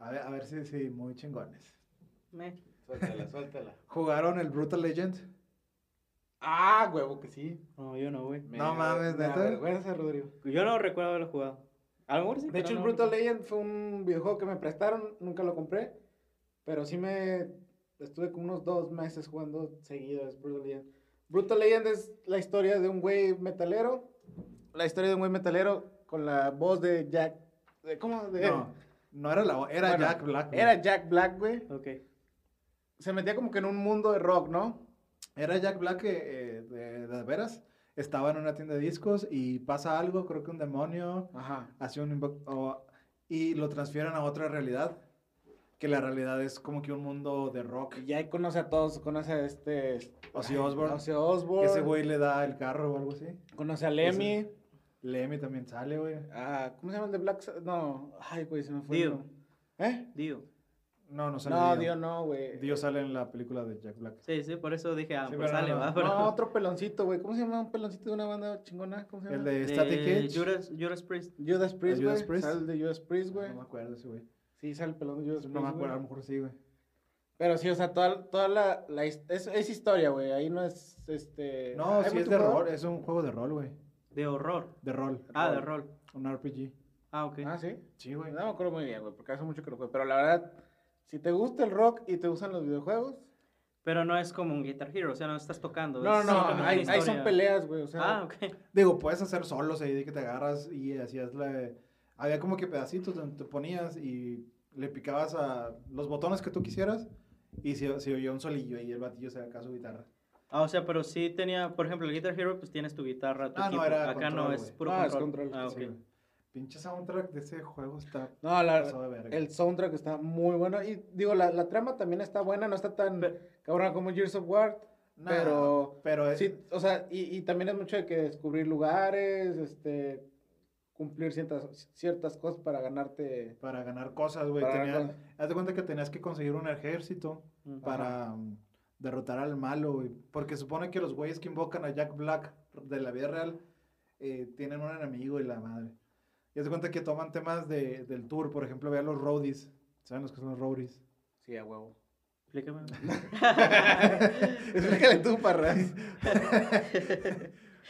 Speaker 4: A ver, a ver si, si muy chingones.
Speaker 6: meh.
Speaker 5: suéltala, suéltala.
Speaker 4: ¿Jugaron el Brutal Legend?
Speaker 5: Ah, huevo, que sí.
Speaker 6: No, yo no, güey.
Speaker 5: Me-
Speaker 4: No mames,
Speaker 5: me
Speaker 4: ¿neta?
Speaker 5: avergüenza, Rodrigo.
Speaker 6: Yo no recuerdo haberlo jugado. A lo mejor sí.
Speaker 5: De
Speaker 6: pero
Speaker 5: hecho, el
Speaker 6: no
Speaker 5: Brutal
Speaker 6: recuerdo.
Speaker 5: Legend fue un videojuego que me prestaron, nunca lo compré, pero sí me estuve como unos dos meses jugando seguidos Brutal Legend. Brutal Legend es la historia de un güey metalero, la historia de un güey metalero con la voz de Jack, de- ¿cómo? De,
Speaker 4: No, no era la. Era
Speaker 5: Bueno,
Speaker 4: Jack Black. güey.
Speaker 5: Era Jack Black, güey.
Speaker 6: Ok.
Speaker 5: Se metía como que en un mundo de rock, ¿no?
Speaker 4: Era Jack Black que, eh, de, de veras. Estaba en una tienda de discos y pasa algo, creo que un demonio
Speaker 5: Ajá.
Speaker 4: hace un invo- o- y lo transfieren a otra realidad. Que la realidad es como que un mundo de rock.
Speaker 5: Y ahí conoce a todos, conoce a este...
Speaker 4: Ozzy Osbourne.
Speaker 5: Ozzy Osbourne.
Speaker 4: Ese güey le da el carro o algo así.
Speaker 5: Conoce a Lemmy.
Speaker 4: Lemmy también sale, güey.
Speaker 5: Ah, ¿Cómo se llama el de Black Sa- No, ay, güey, se me fue. el
Speaker 6: Dio.
Speaker 5: nombre. ¿Eh?
Speaker 6: Dio.
Speaker 4: No, no sale.
Speaker 5: No,
Speaker 4: Dio.
Speaker 5: Dios no, güey.
Speaker 4: Dio sale en la película de Jack Black.
Speaker 6: Sí, sí, por eso dije, ah,
Speaker 4: Sí,
Speaker 6: pues
Speaker 4: pero no,
Speaker 6: sale,
Speaker 4: no.
Speaker 6: va.
Speaker 5: No,
Speaker 6: Pero...
Speaker 5: otro peloncito, güey. ¿Cómo se llama un peloncito de una banda chingona? ¿Cómo se
Speaker 4: El
Speaker 5: llama?
Speaker 4: de
Speaker 6: de
Speaker 4: Static Edge.
Speaker 6: Judas, Judas Priest.
Speaker 5: Judas Priest,
Speaker 4: ¿El Judas
Speaker 5: güey.
Speaker 4: Priest?
Speaker 5: Sale el de Judas Priest, güey.
Speaker 4: No me acuerdo ese güey.
Speaker 5: Sí, sale el pelón de Judas Priest.
Speaker 4: No me acuerdo,
Speaker 5: Pues güey.
Speaker 4: a lo mejor sí, güey.
Speaker 5: Pero sí, o sea, toda, toda la, la his- es, es historia, güey. Ahí no es este.
Speaker 4: No,
Speaker 5: ¿Hay
Speaker 4: sí es
Speaker 5: mucho
Speaker 4: de
Speaker 5: juego?
Speaker 4: rol, es un juego de rol, güey.
Speaker 6: De horror.
Speaker 4: De rol.
Speaker 6: Ah, de rol.
Speaker 4: Un RPG.
Speaker 6: Ah, ok.
Speaker 5: Ah, sí.
Speaker 4: Sí, güey.
Speaker 5: No me acuerdo muy bien, güey, porque hace mucho que lo jugué. Pero la verdad, si te gusta el rock y te gustan los videojuegos.
Speaker 6: Pero no es como un Guitar Hero, o sea, no estás tocando.
Speaker 5: No,
Speaker 6: es
Speaker 5: no,
Speaker 6: simplemente
Speaker 5: no. Ahí,
Speaker 6: una
Speaker 5: ahí son
Speaker 6: historia.
Speaker 5: peleas, güey. O sea,
Speaker 6: Ah, ok.
Speaker 4: Digo, puedes hacer solos ahí de que te agarras y hacías la... Había como que pedacitos donde te ponías y le picabas a los botones que tú quisieras y se, se oía un solillo y el batillo se acá su guitarra.
Speaker 6: Ah, o sea, pero sí tenía, por ejemplo, el Guitar Hero, pues tienes tu guitarra, tu
Speaker 4: Ah, no,
Speaker 6: equipo.
Speaker 4: era
Speaker 6: Acá no,
Speaker 4: control,
Speaker 6: es
Speaker 4: güey.
Speaker 6: puro
Speaker 5: Ah, es
Speaker 6: control.
Speaker 5: control,
Speaker 6: Ah, ok.
Speaker 4: Sí, güey. Pinche soundtrack de ese juego está
Speaker 5: no, la
Speaker 4: pasado de verga.
Speaker 5: Ah, El soundtrack está muy bueno. Y digo, la, la trama también está buena, no está tan
Speaker 6: Pero-
Speaker 5: cabrona como Gears of War.
Speaker 4: Nah,
Speaker 5: pero-
Speaker 4: pero eh,
Speaker 5: Sí, o sea, y, y también es mucho de que descubrir lugares, este, cumplir ciertas, ciertas cosas para ganarte.
Speaker 4: para ganar cosas, güey,
Speaker 5: para
Speaker 4: tenía-
Speaker 5: ganar cosas.
Speaker 4: haz de cuenta que tenías que conseguir un ejército
Speaker 6: Mm.
Speaker 4: para um, derrotar al malo, güey. Porque supone que los güeyes que invocan a Jack Black de la vida real eh, tienen un enemigo y la madre. Y haz de cuenta que toman temas de, del tour, por ejemplo, vean los roadies. ¿Saben los que son los roadies?
Speaker 5: Sí, a huevo.
Speaker 6: Explícame.
Speaker 5: Explícale tú, Parras.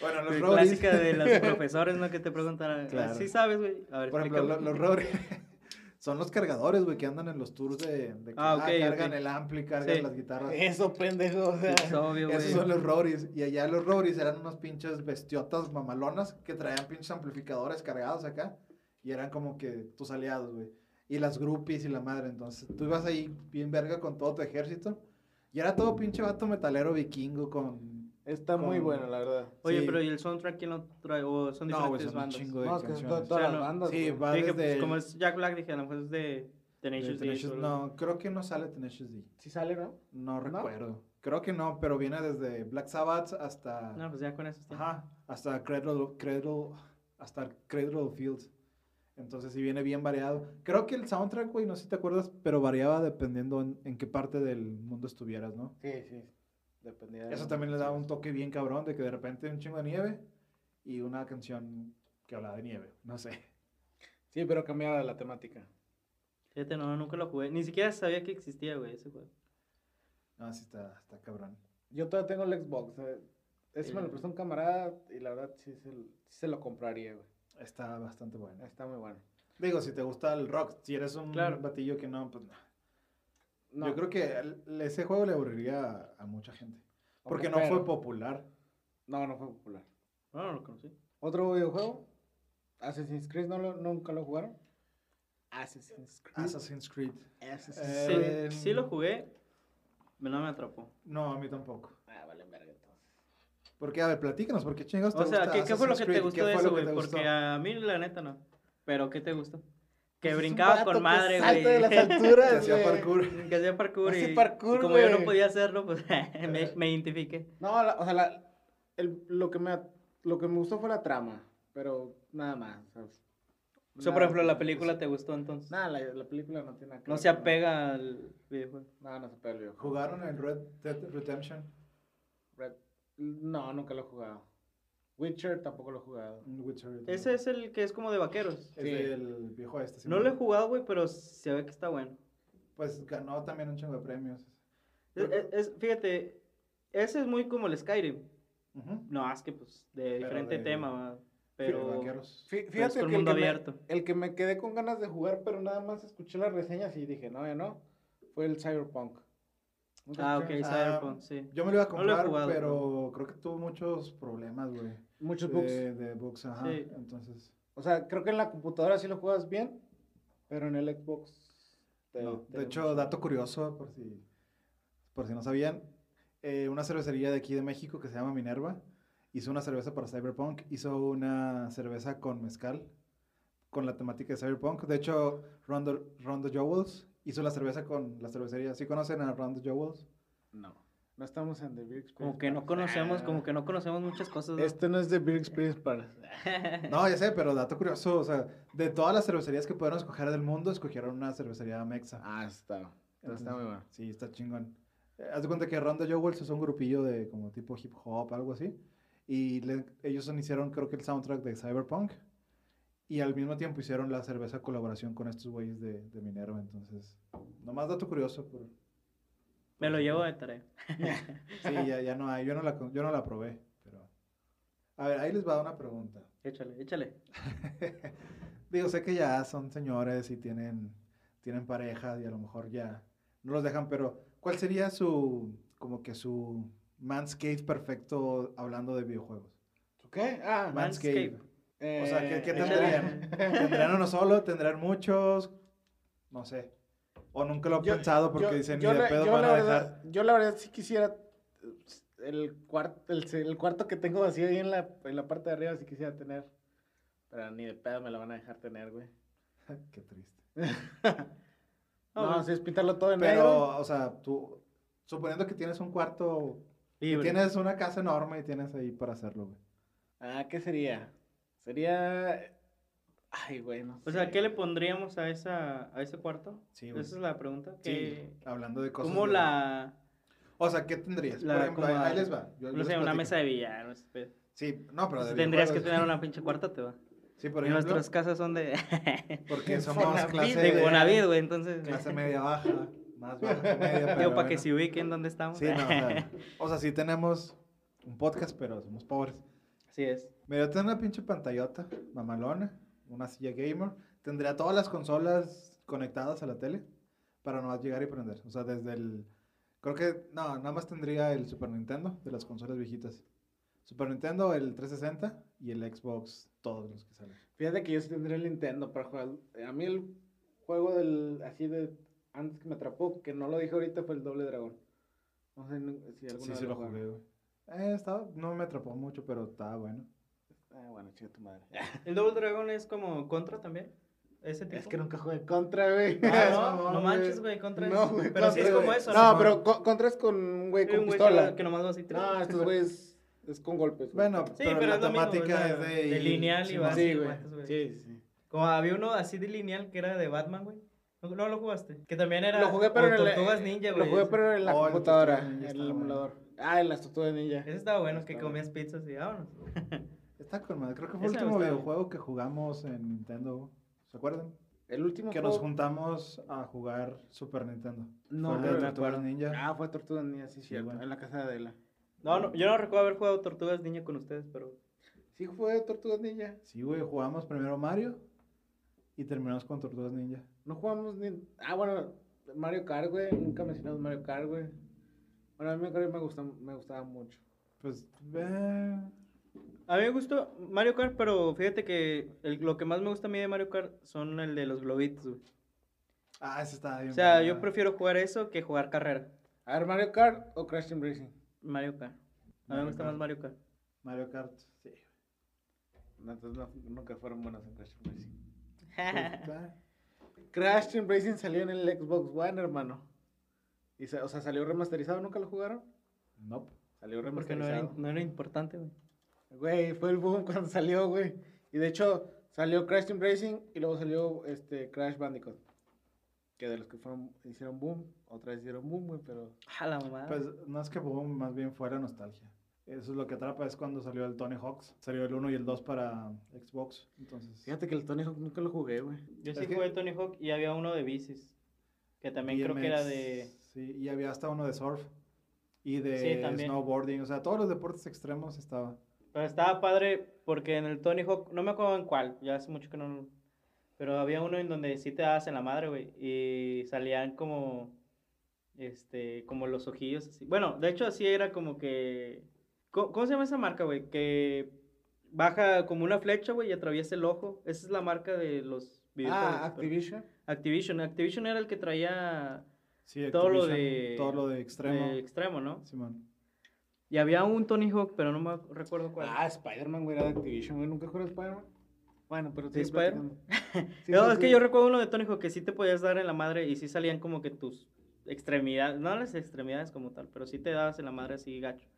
Speaker 4: Bueno, los Rowdies.
Speaker 6: La clásica de los profesores, ¿no? Que te preguntan, ah,
Speaker 4: Claro.
Speaker 6: ¿sí sabes, güey? A ver,
Speaker 4: Por ejemplo, lo-
Speaker 6: explícame.
Speaker 4: los Rory son los cargadores, güey, que andan en los tours de, de que
Speaker 6: Ah, ok,
Speaker 4: cargan
Speaker 6: ok.
Speaker 4: el ampli, cargan
Speaker 6: Sí.
Speaker 4: las guitarras.
Speaker 5: Eso, pendejo. O sea,
Speaker 6: Es obvio, güey.
Speaker 4: Esos son los Rories. Y allá los Rories eran unos pinches bestiotas mamalonas que traían pinches amplificadores cargados acá. Y eran como que tus aliados, güey. Y las groupies y la madre. Entonces tú ibas ahí bien verga con todo tu ejército. Y era todo pinche vato metalero vikingo con.
Speaker 5: está muy
Speaker 4: Con-
Speaker 5: bueno, la verdad.
Speaker 6: Oye,
Speaker 4: sí.
Speaker 6: pero ¿y el soundtrack quién lo trae? ¿O son
Speaker 4: No, güey,
Speaker 6: diferentes
Speaker 4: son un
Speaker 6: bandas?
Speaker 4: chingo de
Speaker 5: No, es que son to-
Speaker 4: canciones.
Speaker 5: todas
Speaker 6: O sea,
Speaker 5: las
Speaker 6: no-
Speaker 5: bandas.
Speaker 4: Sí,
Speaker 5: güey.
Speaker 4: va
Speaker 6: Dije,
Speaker 4: desde.
Speaker 6: pues,
Speaker 4: el-
Speaker 6: como es Jack Black, dije, a lo mejor es de
Speaker 4: de
Speaker 6: Tenacious D.
Speaker 4: Tenacious-
Speaker 6: solo.
Speaker 4: no, creo que no sale Tenacious D.
Speaker 5: Sí sale, ¿no?
Speaker 4: No recuerdo. Creo que no, pero viene desde Black Sabbath hasta.
Speaker 6: No, pues ya con eso está.
Speaker 4: Ajá, hasta Cradle, Cradle, hasta Cradle of Fields. Entonces sí viene bien variado. Creo que el soundtrack, güey, no sé si te acuerdas, pero variaba dependiendo en, en qué parte del mundo estuvieras, ¿no?
Speaker 5: Sí, sí. Dependía de-
Speaker 4: Eso también le daba un toque bien cabrón de que de repente un chingo de nieve y una canción que hablaba de nieve, no sé.
Speaker 5: Sí, pero cambiaba la temática.
Speaker 6: Fíjate, no, nunca lo jugué. Ni siquiera sabía que existía, güey, ese juego.
Speaker 4: No, sí está, está cabrón.
Speaker 5: Yo todavía tengo el Xbox. eh. Ese me
Speaker 6: El-
Speaker 5: lo prestó un camarada y la verdad sí se, sí se lo compraría, güey.
Speaker 4: Está bastante bueno.
Speaker 5: Está muy bueno.
Speaker 4: Digo, si te gusta el rock, si eres un
Speaker 6: Claro.
Speaker 4: batillo que no, pues no.
Speaker 5: No,
Speaker 4: Yo creo que el- ese juego le aburriría a, a mucha gente.
Speaker 5: como
Speaker 4: Porque no
Speaker 5: perro.
Speaker 4: fue popular.
Speaker 5: No, no fue popular.
Speaker 6: No, no lo conocí.
Speaker 5: ¿Otro videojuego? Assassin's Creed, ¿no lo, ¿nunca lo jugaron? Assassin's Creed.
Speaker 4: Assassin's Creed.
Speaker 5: Assassin's
Speaker 4: Eh,
Speaker 6: Sí,
Speaker 4: Em,
Speaker 6: sí lo jugué, pero no me atrapó.
Speaker 4: No, a mí tampoco.
Speaker 5: Ah, vale, verga, entonces.
Speaker 4: Porque, a ver, platícanos, ¿por qué chingados te
Speaker 6: O sea,
Speaker 4: gusta
Speaker 6: ¿qué, qué fue lo
Speaker 4: Assassin's
Speaker 6: que te
Speaker 4: Creed?
Speaker 6: gustó
Speaker 4: ¿Qué
Speaker 6: de
Speaker 4: fue lo
Speaker 6: eso,
Speaker 4: que
Speaker 6: güey?
Speaker 4: te gustó?
Speaker 6: Porque a mí, la neta, no. Pero, ¿qué te gustó?
Speaker 5: Es
Speaker 6: Que
Speaker 5: un
Speaker 6: brincaba
Speaker 5: vato
Speaker 6: con
Speaker 5: que
Speaker 6: madre, güey.
Speaker 5: Salta de las
Speaker 4: Que
Speaker 5: alturas,
Speaker 4: hacía
Speaker 5: güey.
Speaker 4: parkour.
Speaker 6: Que hacía parkour
Speaker 5: Hace
Speaker 6: y,
Speaker 5: parkour,
Speaker 6: y como yo no
Speaker 5: güey.
Speaker 6: podía hacerlo, pues me, me identifiqué.
Speaker 5: No, la- o sea, la- el- lo, que me, lo que me gustó fue la trama, pero nada más. o sea,
Speaker 6: O sea, por
Speaker 5: nada
Speaker 6: ejemplo, la
Speaker 5: específico.
Speaker 6: película te gustó entonces.
Speaker 5: Nada, la, la película pues, no tiene nada que
Speaker 6: no
Speaker 5: ver
Speaker 6: se
Speaker 5: con-
Speaker 6: apega al videojuego.
Speaker 5: No, no se apega al videojuego.
Speaker 4: ¿Jugaron el Red Dead Redemption?
Speaker 5: Red- No, nunca lo he jugado. Witcher tampoco lo he jugado.
Speaker 4: Witcher, ¿no?
Speaker 6: Ese es el que es como de vaqueros.
Speaker 4: Es
Speaker 5: Sí.
Speaker 4: del viejo este. sí,
Speaker 6: No
Speaker 4: ¿no?
Speaker 6: lo he jugado, güey, pero se ve que está bueno.
Speaker 4: Pues ganó también un chingo de premios.
Speaker 6: Es- es- E, es- fíjate, ese es muy como el Skyrim.
Speaker 4: Ujú.
Speaker 6: No, es que pues de diferente
Speaker 4: de-
Speaker 6: tema, va,
Speaker 4: De
Speaker 6: pero...
Speaker 4: vaqueros.
Speaker 5: Fí-
Speaker 6: Pero es
Speaker 5: Fíjate
Speaker 6: con
Speaker 5: que el
Speaker 6: mundo
Speaker 5: que, me,
Speaker 6: abierto.
Speaker 5: el que me quedé con ganas de jugar, pero nada más escuché las reseñas y dije, no, ya no, fue el Cyberpunk. Nunca
Speaker 6: Ah, ok,
Speaker 5: escuché-
Speaker 6: Cyberpunk, sí.
Speaker 4: Yo me lo iba a
Speaker 6: No lo he
Speaker 4: comprar,
Speaker 6: jugado,
Speaker 4: pero creo que tuvo muchos problemas, güey.
Speaker 5: Muchos bugs.
Speaker 4: De, de bugs, ajá.
Speaker 6: Sí.
Speaker 4: Entonces,
Speaker 5: Eh, O sea, creo que en la computadora sí lo juegas bien, pero en el Xbox. te-
Speaker 4: no.
Speaker 5: te-
Speaker 4: De hecho, dato curioso, por si, por si no sabían, eh, una cervecería de aquí de México que se llama Minerva hizo una cerveza para Cyberpunk, hizo una cerveza con mezcal, con la temática de Cyberpunk. De hecho, Rondo, Rondo Jowls hizo la cerveza con la cervecería. ¿Sí conocen a Rondo Jowls?
Speaker 5: No. No estamos en The Beer Experience.
Speaker 6: Como que no
Speaker 5: Palace.
Speaker 6: conocemos,
Speaker 5: Ah.
Speaker 6: como que no conocemos muchas cosas. ¿no?
Speaker 5: Este no es The Beer Experience para.
Speaker 4: No, ya sé, pero dato curioso, o sea, de todas las cervecerías que pudieron escoger del mundo, escogieron una cervecería mexa.
Speaker 5: Ah, está. Está muy bueno.
Speaker 4: Sí, está chingón. Eh, Haz de cuenta que Ronda Jowls es un grupillo de como tipo hip hop, algo así. Y le- ellos son- hicieron, creo que el soundtrack de Cyberpunk. Y al mismo tiempo hicieron la cerveza colaboración con estos güeyes de, de Minerva. Entonces, nomás dato curioso. Por...
Speaker 6: Me lo llevo de tarea.
Speaker 4: Sí, ya, ya no hay. Yo no, la, con- yo no la probé. Pero... A ver, ahí les va una pregunta.
Speaker 6: Échale, échale.
Speaker 4: Digo, sé que ya son señores y tienen, tienen pareja y a lo mejor ya no los dejan, pero ¿cuál sería su, como que su manscape perfecto hablando de videojuegos?
Speaker 5: ¿Tú qué? Ah,
Speaker 6: Ma-
Speaker 4: Manscape.
Speaker 6: Manscape.
Speaker 4: O sea, ¿qué, qué
Speaker 5: eh,
Speaker 4: tendrían? ¿Tendrían uno solo? ¿Tendrían muchos? No sé. O nunca lo han
Speaker 5: Yo-
Speaker 4: pensado porque
Speaker 5: yo-
Speaker 4: dicen, ni
Speaker 5: yo
Speaker 4: de
Speaker 5: la-
Speaker 4: pedo
Speaker 5: yo
Speaker 4: van
Speaker 5: la
Speaker 4: a dejar.
Speaker 5: verdad- Yo la verdad sí quisiera eh, el cuarto, el, se- el cuarto que tengo vacío ahí en la, en la parte de arriba sí quisiera tener. Pero ni de pedo me lo van a dejar tener, güey.
Speaker 4: Qué triste.
Speaker 6: No,
Speaker 5: No,
Speaker 6: güey.
Speaker 5: si es pintarlo todo en negro.
Speaker 4: Pero, o sea, tú, suponiendo que tienes un cuarto, que
Speaker 6: Libre.
Speaker 4: tienes una casa enorme y tienes ahí para hacerlo, güey.
Speaker 5: Ah, ¿qué sería? Sería. Ay, güey, no
Speaker 6: O
Speaker 5: sé.
Speaker 6: sea, ¿qué le pondríamos a, esa, a ese cuarto?
Speaker 4: Sí,
Speaker 6: Esa es la pregunta. que
Speaker 4: Hablando de cosas.
Speaker 6: ¿Cómo
Speaker 4: de-
Speaker 6: la...?
Speaker 4: O sea, ¿qué tendrías?
Speaker 6: La
Speaker 4: Por ejemplo, ahí,
Speaker 6: como-
Speaker 4: ahí les va. Yo- yo
Speaker 6: No
Speaker 4: les
Speaker 6: sé, una
Speaker 4: platico.
Speaker 6: mesa de billar. no sé, pero-
Speaker 4: Sí, no, pero de
Speaker 6: Entonces, tendrías que
Speaker 4: videojuegos.
Speaker 6: tener una pinche cuarta, te va.
Speaker 4: Sí, por
Speaker 6: en
Speaker 4: ejemplo,
Speaker 6: nuestras casas son de...
Speaker 4: porque
Speaker 5: En
Speaker 4: somos
Speaker 5: Fonavid,
Speaker 4: clase,
Speaker 6: de Infonavit, güey, entonces...
Speaker 4: clase media baja, más baja comedia, pero
Speaker 6: Digo, para que
Speaker 4: bueno.
Speaker 6: se ubiquen dónde estamos.
Speaker 4: Sí, no, o, sea, o sea, sí tenemos un podcast, pero somos pobres.
Speaker 6: Así es.
Speaker 4: Mira, yo tengo una pinche pantallota, mamalona, una silla gamer. Tendría todas las consolas conectadas a la tele para no llegar y prender. O sea, desde el... Creo que, no, nada más tendría el Super Nintendo de las consolas viejitas. Super Nintendo, el 360 y el Xbox, todos los que salen.
Speaker 5: Fíjate que yo sí tendría el Nintendo para jugar. eh, A mí el juego del así de antes que me atrapó, que no lo dije ahorita, fue el Doble Dragón. No sé nu- si alguna
Speaker 4: Sí,
Speaker 5: vez
Speaker 4: sí lo
Speaker 5: jugaron.
Speaker 4: jugué, güey. Eh, estaba, no me atrapó mucho, pero estaba bueno.
Speaker 5: Ah, bueno, chica tu madre.
Speaker 6: ¿El Double Dragon es como Contra también? ¿Ese tipo?
Speaker 5: Es que nunca jugué contra, güey.
Speaker 6: Ah,
Speaker 4: Es
Speaker 6: no,
Speaker 4: mamón,
Speaker 6: no manches,
Speaker 4: güey.
Speaker 6: güey, Contra
Speaker 5: No,
Speaker 6: es...
Speaker 5: güey,
Speaker 6: Pero sí es
Speaker 5: Contra,
Speaker 6: como
Speaker 5: güey.
Speaker 6: eso,
Speaker 5: No,
Speaker 4: Simón.
Speaker 5: pero co- contra es con un güey
Speaker 6: Sí,
Speaker 5: con
Speaker 6: un güey
Speaker 5: pistola.
Speaker 6: que- que nomás va así.
Speaker 5: No, estos güeyes es con golpes. güey.
Speaker 4: Bueno,
Speaker 5: Sí,
Speaker 6: Sí, pero,
Speaker 4: la
Speaker 6: es lo mismo,
Speaker 4: temática
Speaker 6: o sea,
Speaker 4: es de...
Speaker 6: de lineal y
Speaker 4: sí,
Speaker 6: vas-
Speaker 4: sí.
Speaker 5: sí, güey.
Speaker 6: matas, güey.
Speaker 5: Sí, sí.
Speaker 6: Como había uno así de lineal que era de Batman, güey. No, no lo jugaste. Que también era.
Speaker 5: lo jugué pero
Speaker 6: o
Speaker 5: en el e- eh,
Speaker 6: Tortugas Ninja, güey.
Speaker 5: Lo jugué
Speaker 6: ese.
Speaker 5: pero en la
Speaker 4: Oh, el
Speaker 5: computadora,
Speaker 4: Tortugas Ninja
Speaker 5: en
Speaker 4: está
Speaker 5: el
Speaker 4: bueno.
Speaker 5: emulador. Ah, en las tortugas ninja.
Speaker 6: Ese estaba bueno, que
Speaker 5: Estaba
Speaker 6: comías pizzas y vámonos.
Speaker 4: Está con madre. Creo que fue el
Speaker 6: Ese me
Speaker 4: último
Speaker 6: gustaba.
Speaker 4: videojuego que jugamos en Nintendo. ¿Se acuerdan?
Speaker 5: El último
Speaker 4: Que nos
Speaker 5: juego.
Speaker 4: juntamos a jugar Super Nintendo.
Speaker 5: No,
Speaker 4: Fue el de
Speaker 5: no me
Speaker 4: Tortugas
Speaker 5: acuerdo.
Speaker 4: Ninja.
Speaker 5: Ah, fue tortugas ninja, sí,
Speaker 4: Sí,
Speaker 5: cierto.
Speaker 4: güey.
Speaker 5: En la casa de Adela.
Speaker 6: No, no, yo no recuerdo haber jugado Tortugas Niña con ustedes, pero.
Speaker 5: Sí, fue tortugas ninja.
Speaker 4: Sí, güey, jugamos primero Mario y terminamos con Tortugas Ninja.
Speaker 5: No jugamos ni. Ah, bueno, Mario Kart, güey. Nunca mencionamos Mario Kart, güey. Bueno, a mí Mario Kart me, gusta, me gustaba mucho.
Speaker 4: Pues, eh,
Speaker 6: A mí me gustó Mario Kart, pero fíjate que el- lo que más me gusta a mí de Mario Kart son el de los globitos, güey.
Speaker 4: Ah, ese estaba bien.
Speaker 6: O sea,
Speaker 4: bueno.
Speaker 6: yo prefiero jugar eso que jugar carrera.
Speaker 5: A ver, Mario Kart o Crash Team Racing.
Speaker 6: Mario Kart. A mí me
Speaker 4: Mario
Speaker 6: gusta
Speaker 4: Kart.
Speaker 6: más Mario Kart.
Speaker 4: Mario Kart, sí.
Speaker 5: No, entonces no- nunca fueron buenos en Crash Team Racing.
Speaker 4: Está-
Speaker 5: Crash Team Racing salió en el Xbox One, hermano. Y sa- o sea, salió remasterizado, ¿nunca lo jugaron?
Speaker 4: nope.
Speaker 5: Salió
Speaker 6: Porque no era,
Speaker 5: remasterizado.
Speaker 6: no era importante, güey.
Speaker 5: Güey, fue el boom cuando salió, güey. Y de hecho, salió Crash Team Racing y luego salió este Crash Bandicoot. Que de los que fueron, hicieron boom, otra vez hicieron boom, güey, pero.
Speaker 6: A la mamada.
Speaker 4: Pues no es que boom, más bien fue la nostalgia. Eso es lo que atrapa, es cuando salió el Tony Hawks. Salió el 1 y el 2 para Xbox. Entonces,
Speaker 5: Fíjate que el Tony Hawk nunca lo jugué, güey.
Speaker 6: Yo sí
Speaker 4: Es que-
Speaker 6: jugué Tony Hawk y había uno de bicis. Que también creo que
Speaker 4: BMX,
Speaker 6: era de.
Speaker 4: Sí, y había hasta uno de surf y
Speaker 6: Sí,
Speaker 4: de
Speaker 6: también.
Speaker 4: snowboarding, o sea, todos los deportes extremos estaba.
Speaker 6: Pero estaba padre porque en el Tony Hawk, no me acuerdo en cuál, ya hace mucho que no. Pero había uno en donde sí te dabas en la madre, güey. Y salían como. Este, como los ojillos así. Bueno, de hecho, así era como que. ¿Cómo, cómo se llama esa marca, güey? Que baja como una flecha, güey, y atraviesa el ojo. Esa es la marca de los videojuegos.
Speaker 5: Ah,
Speaker 6: pero-
Speaker 5: Activision.
Speaker 6: Activision. Activision era el que traía
Speaker 4: Sí,
Speaker 6: Todo lo
Speaker 4: Activision,
Speaker 6: de-
Speaker 4: todo lo de extremo.
Speaker 6: de extremo, ¿no?
Speaker 4: Simón.
Speaker 6: Y había un Tony Hawk, pero no me ac- recuerdo cuál.
Speaker 5: Ah, Spider-Man, güey, era de Activision, güey. Nunca jugué a Spider-Man. Bueno, pero
Speaker 6: Sí,
Speaker 5: sí,
Speaker 6: Spider-Man.
Speaker 5: Sí,
Speaker 6: no,
Speaker 5: sí,
Speaker 6: es que
Speaker 5: sí.
Speaker 6: yo recuerdo uno de Tony Hawk que sí te podías dar en la madre y sí salían como que tus extremidades, no las extremidades como tal, pero sí te dabas en la madre así gacho.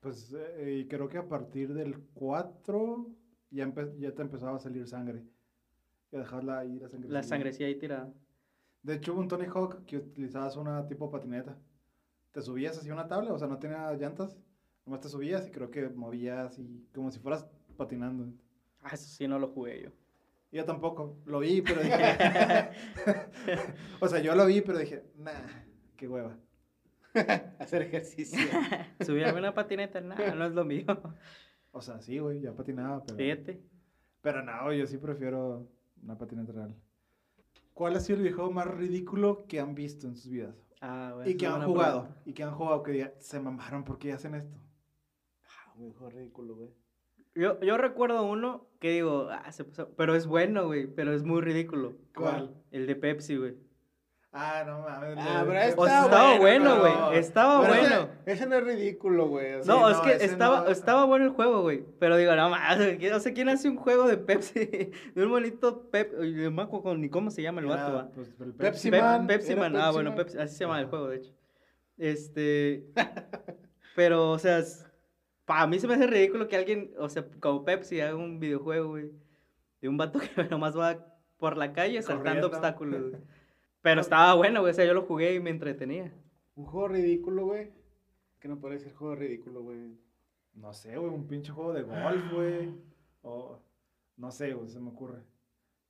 Speaker 4: Pues eh, y creo que a partir del 4 ya, empe- ya te empezaba a salir sangre. Ya dejabas la, ahí la sangre.
Speaker 6: La sangrecía ahí tirada.
Speaker 4: De hecho, hubo un Tony Hawk que utilizabas una tipo patineta. Te subías así a una tabla, o sea, no tenía llantas. Nomás te subías y creo que movías y como si fueras patinando.
Speaker 6: Ah, eso sí no lo jugué yo.
Speaker 4: Yo tampoco, lo vi, pero dije. o sea, yo lo vi, pero dije, nah, qué hueva.
Speaker 5: Hacer ejercicio.
Speaker 6: Subirme una patineta, nada, no es lo mío.
Speaker 4: O sea, sí, güey, ya patinaba, pero.
Speaker 6: Fíjate.
Speaker 4: Pero no, güey, yo sí prefiero una patineta real. ¿Cuál ha sido el videojuego más ridículo que han visto en sus vidas?
Speaker 6: Ah, bueno,
Speaker 4: Y
Speaker 6: esa
Speaker 4: que
Speaker 6: es
Speaker 4: han
Speaker 6: buena
Speaker 4: jugado.
Speaker 6: pregunta.
Speaker 4: Y que han jugado que diga, se mamaron, ¿por qué hacen esto?
Speaker 5: ah, me dijo ridículo, güey.
Speaker 6: Yo, yo recuerdo uno que digo, ah, se pasó. Pero es bueno, güey, pero es muy ridículo.
Speaker 4: ¿Cuál?
Speaker 6: El de Pepsi, güey.
Speaker 4: Ah, no mames.
Speaker 5: Ah,
Speaker 4: de-
Speaker 5: pero
Speaker 4: de-
Speaker 5: está
Speaker 6: O sea, estaba bueno,
Speaker 5: bueno,
Speaker 6: güey.
Speaker 4: pero-
Speaker 6: Estaba
Speaker 5: Pero ese-
Speaker 6: bueno.
Speaker 5: Ese, no es ridículo, güey. o sea,
Speaker 6: No,
Speaker 4: Sí,
Speaker 6: es
Speaker 4: no,
Speaker 6: que
Speaker 4: ese
Speaker 6: estaba,
Speaker 4: no-
Speaker 6: estaba bueno el juego, güey. Pero digo, no más. O sea, ¿quién hace un juego de Pepsi? De un bonito Pepsi. No me acuerdo ni cómo se llama el
Speaker 4: Era,
Speaker 6: vato, va.
Speaker 4: pues, el
Speaker 5: Pepsi
Speaker 4: Pepsi.
Speaker 6: Pep-
Speaker 5: Man,
Speaker 6: Pepsi
Speaker 5: era
Speaker 6: Man. Ah,
Speaker 5: Pepsi
Speaker 6: bueno,
Speaker 5: Man.
Speaker 6: Pepsi. Así se llama el
Speaker 4: Ajá.
Speaker 6: juego, de hecho. Este. pero, o sea, para mí se me hace ridículo que alguien, o sea, como Pepsi, haga un videojuego, güey. De un vato que nomás va por la calle saltando
Speaker 4: Corriendo.
Speaker 6: obstáculos, güey. Pero estaba bueno, güey. O sea, yo lo jugué y me entretenía.
Speaker 5: Un juego ridículo, güey. Que no puede ser juego ridículo, güey.
Speaker 4: No sé, güey, un pinche juego de golf, güey. O no sé, güey, se me ocurre.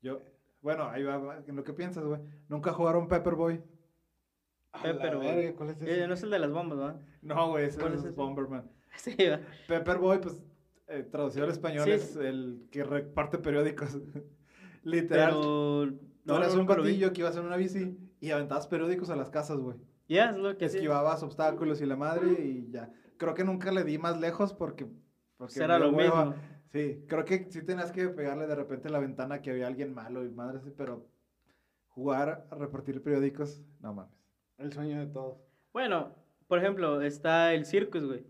Speaker 4: Yo, bueno, ahí va, va, en lo que piensas, güey. Nunca jugaron Pepperboy.
Speaker 5: Eh,
Speaker 6: Pepper, güey.
Speaker 5: ¿Cuál es
Speaker 6: Eh,
Speaker 5: ese?
Speaker 6: no es el de las bombas, ¿verdad?
Speaker 4: No, güey, ese
Speaker 6: ¿Cuál
Speaker 4: es,
Speaker 6: es ese?
Speaker 4: Bomberman.
Speaker 6: Sí, va.
Speaker 4: Pepperboy, pues, eh, traducido al español,
Speaker 6: Sí.
Speaker 4: es el que reparte periódicos. Literal.
Speaker 6: Pero.
Speaker 4: Tú eras un
Speaker 6: nunca lo vi.
Speaker 4: batillo que ibas en una bici y aventabas periódicos a las casas, güey.
Speaker 6: Ya, es lo que sí.
Speaker 4: Esquivabas obstáculos y la madre y ya. Creo que nunca le di más lejos porque... porque
Speaker 6: Era
Speaker 4: me dio
Speaker 6: lo
Speaker 4: hueva.
Speaker 6: mismo.
Speaker 4: Sí, creo que sí tenías que pegarle de repente en la ventana que había alguien malo y madre así, pero jugar a repartir periódicos, no mames.
Speaker 5: El sueño de todos.
Speaker 6: Bueno, por ejemplo, está el Circus, güey.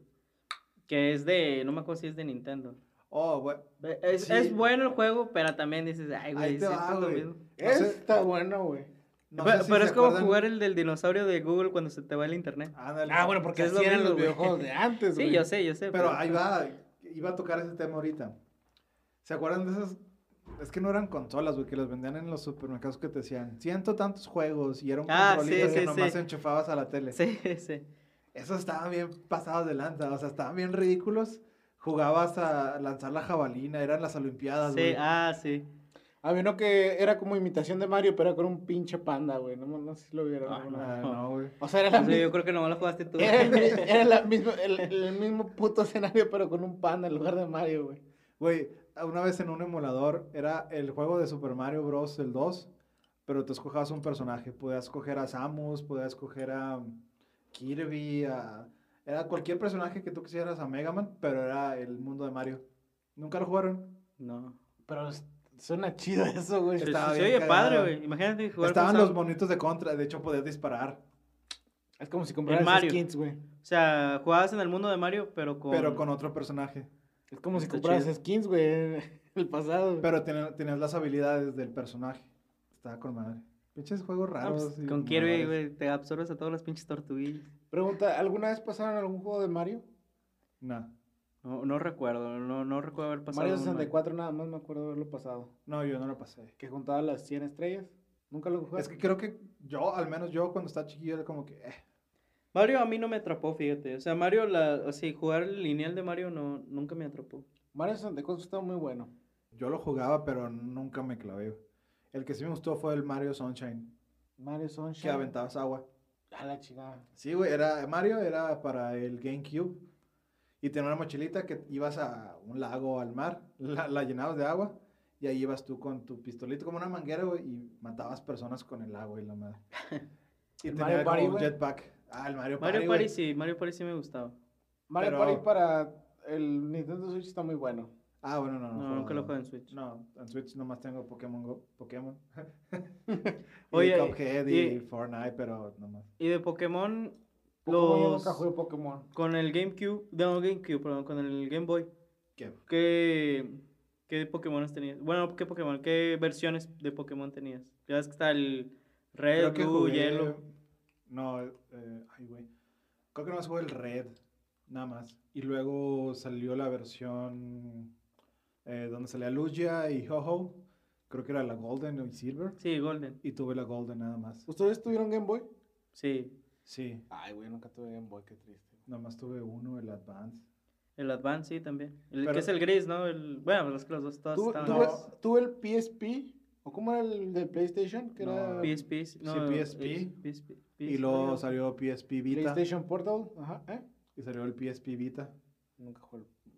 Speaker 6: Que es de. No me acuerdo si es de Nintendo.
Speaker 4: Oh, güey.
Speaker 6: Ve- Es,
Speaker 4: Sí.
Speaker 6: es bueno el juego, pero también dices, ay, güey,
Speaker 4: Ahí
Speaker 6: es
Speaker 4: te va,
Speaker 6: lo
Speaker 4: güey.
Speaker 6: mismo.
Speaker 4: No sé-
Speaker 5: Está bueno, güey.
Speaker 4: no sé
Speaker 6: pero
Speaker 4: si
Speaker 6: pero
Speaker 4: se
Speaker 6: es como
Speaker 4: acuerdan-
Speaker 6: jugar el del dinosaurio de Google cuando se te va el internet.
Speaker 4: Ándale.
Speaker 5: Ah, bueno, porque
Speaker 6: Es lo
Speaker 5: así eran
Speaker 6: mismo,
Speaker 5: los
Speaker 6: pues, güey.
Speaker 5: videojuegos de antes,
Speaker 6: Sí,
Speaker 5: güey.
Speaker 6: yo sé, yo sé.
Speaker 4: Pero ahí va, iba a tocar ese tema ahorita. ¿Se acuerdan de esas? Es que no eran consolas, güey, que las vendían en los supermercados que te decían ciento tantos juegos y era un
Speaker 6: Ah,
Speaker 4: controlito
Speaker 6: sí,
Speaker 4: que
Speaker 6: sí,
Speaker 4: nomás
Speaker 6: sí.
Speaker 4: enchufabas a la tele.
Speaker 6: Sí, sí.
Speaker 4: Esos estaban bien pasados de lanza, o sea, estaban bien ridículos. Jugabas a lanzar la jabalina, eran las olimpiadas,
Speaker 6: Sí,
Speaker 4: güey.
Speaker 6: ah, sí.
Speaker 5: Había uno que era como imitación de Mario, pero era con un pinche panda, güey. No, no sé si lo vieron.
Speaker 6: Ah,
Speaker 5: alguna
Speaker 4: Ah,
Speaker 5: vez.
Speaker 4: no, güey.
Speaker 5: O sea, era la
Speaker 6: O sea,
Speaker 5: misma.
Speaker 6: yo creo que nomás lo jugaste tú.
Speaker 5: Era, el, era la misma- el, el mismo puto escenario, pero con un panda en lugar de Mario, güey.
Speaker 4: Güey, una vez en un emulador era el juego de Super Mario Bros. el 2, pero tú escogías un personaje. Podías escoger a Samus, podías escoger a Kirby, a... Era cualquier personaje que tú quisieras a Mega Man, pero era el mundo de Mario. ¿Nunca lo jugaron?
Speaker 6: No.
Speaker 5: Pero es- suena chido eso, güey.
Speaker 6: Se,
Speaker 4: Estaba
Speaker 6: se
Speaker 4: bien
Speaker 6: oye
Speaker 4: cagado.
Speaker 6: padre, güey. Imagínate jugar con
Speaker 4: Estaban los
Speaker 6: Sam-
Speaker 4: monitos de contra, de hecho podías disparar,
Speaker 5: Es como si compraras
Speaker 6: El Mario.
Speaker 5: skins, güey.
Speaker 6: O sea, jugabas en el mundo de Mario, pero con.
Speaker 4: pero con otro personaje.
Speaker 5: Es como si
Speaker 6: Está
Speaker 5: compraras
Speaker 6: chido.
Speaker 5: skins, güey. en El pasado.
Speaker 4: Pero tenías, tenías las habilidades del personaje. Estaba con madre. Pinches juegos
Speaker 6: Ah, pues,
Speaker 4: raros. y
Speaker 6: con Kirby,
Speaker 4: mamadores.
Speaker 6: güey. Te absorbes a todas las pinches tortuguillas.
Speaker 5: Pregunta, ¿alguna vez pasaron algún juego de Mario?
Speaker 4: No,
Speaker 6: No, no recuerdo, no, no recuerdo haber pasado.
Speaker 5: Mario
Speaker 6: un
Speaker 5: 64 nada más me acuerdo haberlo pasado.
Speaker 4: no, yo no lo pasé.
Speaker 5: Que juntaba las 100 estrellas. Nunca lo jugaste.
Speaker 4: Es que creo que yo, al menos yo cuando estaba chiquillo era como que... eh,
Speaker 6: Mario a mí no me atrapó, fíjate. O sea, Mario, la, así, jugar el lineal de Mario no, nunca me atrapó.
Speaker 5: Mario 64 estaba muy bueno.
Speaker 4: yo lo jugaba, pero nunca me clavé. El que sí me gustó fue el Mario Sunshine,
Speaker 5: Mario
Speaker 4: que
Speaker 5: Sunshine.
Speaker 4: aventabas agua.
Speaker 5: A la chingada.
Speaker 4: Sí, güey, era, Mario era para el GameCube. Y tenía una mochilita que ibas a un lago o al mar, la, la llenabas de agua, y ahí ibas tú con tu pistolito como una manguera, güey, y matabas personas con el agua y la madre. y
Speaker 5: El
Speaker 4: tenía
Speaker 5: Mario
Speaker 4: como
Speaker 5: Party,
Speaker 4: un
Speaker 5: güey.
Speaker 4: jetpack. Ah, el Mario,
Speaker 6: Mario
Speaker 4: Party,
Speaker 6: Party,
Speaker 4: güey.
Speaker 6: sí, Mario Party sí me gustaba.
Speaker 5: Mario
Speaker 4: Pero-
Speaker 5: Party para el Nintendo Switch está muy bueno.
Speaker 4: Ah, bueno, no,
Speaker 6: No,
Speaker 4: no.
Speaker 6: nunca lo jugué en Switch.
Speaker 4: No, en Switch nomás tengo Pokémon Go, Pokémon. y
Speaker 6: Oye,
Speaker 4: Cuphead y,
Speaker 6: y-
Speaker 4: Fortnite, pero nomás.
Speaker 6: Y de Pokémon,
Speaker 5: Pokémon, yo
Speaker 6: los...
Speaker 5: nunca jugué Pokémon.
Speaker 6: con el GameCube, no, GameCube, perdón, con el Game Boy,
Speaker 4: ¿Qué?
Speaker 6: ¿qué, qué Pokémon tenías? Bueno, ¿qué Pokémon? ¿Qué versiones de Pokémon tenías? Ya ves que está el Red,
Speaker 4: Creo que
Speaker 6: Blue,
Speaker 4: jugué...
Speaker 6: Yellow.
Speaker 4: No, eh, ay, güey. Creo que nomás jugué el Red, nada más. Y luego salió la versión eh, donde salía Lugia y Ho-Ho. Creo que era la Golden y Silver.
Speaker 6: Sí, Golden.
Speaker 4: Y tuve la Golden nada más.
Speaker 5: ¿Ustedes tuvieron Game Boy?
Speaker 6: Sí,
Speaker 4: Sí,
Speaker 5: Ay, güey, nunca tuve Game Boy, qué triste.
Speaker 4: nomás tuve uno, el Advance.
Speaker 6: el Advance, sí, también. El
Speaker 4: Pero-
Speaker 6: que es el gris, ¿no? El... Bueno, los que los dos todos
Speaker 5: ¿Tuve,
Speaker 6: estaban.
Speaker 5: tuve-
Speaker 6: gris.
Speaker 5: tuve el PSP? ¿o cómo era el de PlayStation? Que
Speaker 4: No,
Speaker 5: era
Speaker 6: PSP, sí, no,
Speaker 4: Sí, PSP.
Speaker 6: es- PSP,
Speaker 4: Y luego salió PSP Vita.
Speaker 5: PlayStation Portal. Ajá, ¿eh?
Speaker 4: Y salió el PSP Vita.
Speaker 5: Nunca jugué el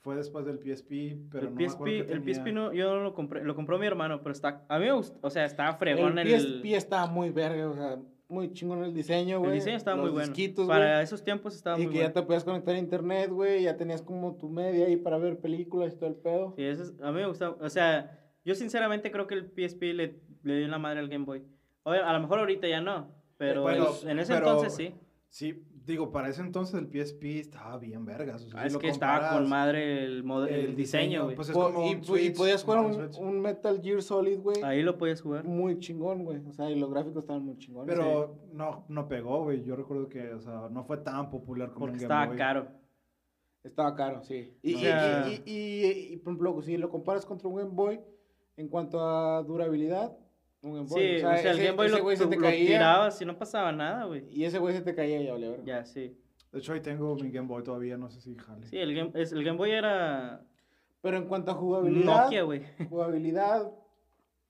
Speaker 4: Fue después del PSP, pero
Speaker 6: el
Speaker 4: no me
Speaker 6: PSP,
Speaker 4: acuerdo qué
Speaker 6: el PSP
Speaker 4: tenía.
Speaker 6: no, yo no lo compré, lo compró mi hermano, pero está, a mí me gustó, o sea, está fregón el,
Speaker 5: El PSP estaba muy verga, o sea, muy chingón el diseño,
Speaker 6: el
Speaker 5: güey.
Speaker 6: diseño estaba
Speaker 5: los
Speaker 6: muy bueno.
Speaker 5: disquitos,
Speaker 6: Para
Speaker 5: güey,
Speaker 6: esos tiempos estaba
Speaker 5: y
Speaker 6: muy
Speaker 5: que
Speaker 6: bueno.
Speaker 5: ya te podías conectar a internet, güey, ya tenías como tu media ahí para ver películas y todo el pedo.
Speaker 6: Sí, eso es- a mí me gustaba, o sea, yo sinceramente creo que el PSP le, le dio la madre al Game Boy. O- a lo mejor ahorita ya no, pero
Speaker 4: bueno,
Speaker 6: en- en ese
Speaker 4: pero-
Speaker 6: entonces sí.
Speaker 4: Sí, digo, para ese entonces el PSP estaba bien vergas. o sea, si
Speaker 6: Ah, es
Speaker 4: lo
Speaker 6: que estaba
Speaker 4: comparas,
Speaker 6: con madre el, mod- el
Speaker 4: el
Speaker 6: diseño, güey.
Speaker 4: Pues es
Speaker 5: Po-
Speaker 4: como
Speaker 5: y,
Speaker 4: un
Speaker 5: pu- y
Speaker 4: Switch,
Speaker 5: podías jugar
Speaker 4: como
Speaker 5: un,
Speaker 4: Switch.
Speaker 5: un Metal Gear Solid, güey.
Speaker 6: Ahí lo podías jugar.
Speaker 5: Muy chingón, güey. O sea, y los gráficos estaban muy chingones. eh,
Speaker 4: Pero no, no pegó, güey. Yo recuerdo que, o sea, no fue tan popular como
Speaker 6: Porque
Speaker 4: un Game
Speaker 6: estaba
Speaker 4: Boy.
Speaker 6: caro.
Speaker 5: Estaba caro, sí. Y,
Speaker 6: O
Speaker 5: y-
Speaker 6: sea-
Speaker 5: y- y- y- y, por ejemplo, si lo comparas contra un Game Boy, en cuanto a durabilidad, un Game
Speaker 6: Sí,
Speaker 5: Boy.
Speaker 6: o sea, el
Speaker 5: ese-
Speaker 6: Game Boy
Speaker 5: ese
Speaker 6: lo,
Speaker 5: güey se
Speaker 6: lo
Speaker 5: te caía.
Speaker 6: tirabas y no pasaba nada, güey.
Speaker 5: Y ese güey se te caía y ya, vale, verga.
Speaker 6: Ya, sí.
Speaker 4: De hecho, ahí tengo mi Game Boy todavía, no sé si jale.
Speaker 6: Sí, el Game, es- el Game Boy era
Speaker 5: Pero en cuanto a jugabilidad,
Speaker 6: Nokia, güey.
Speaker 5: jugabilidad,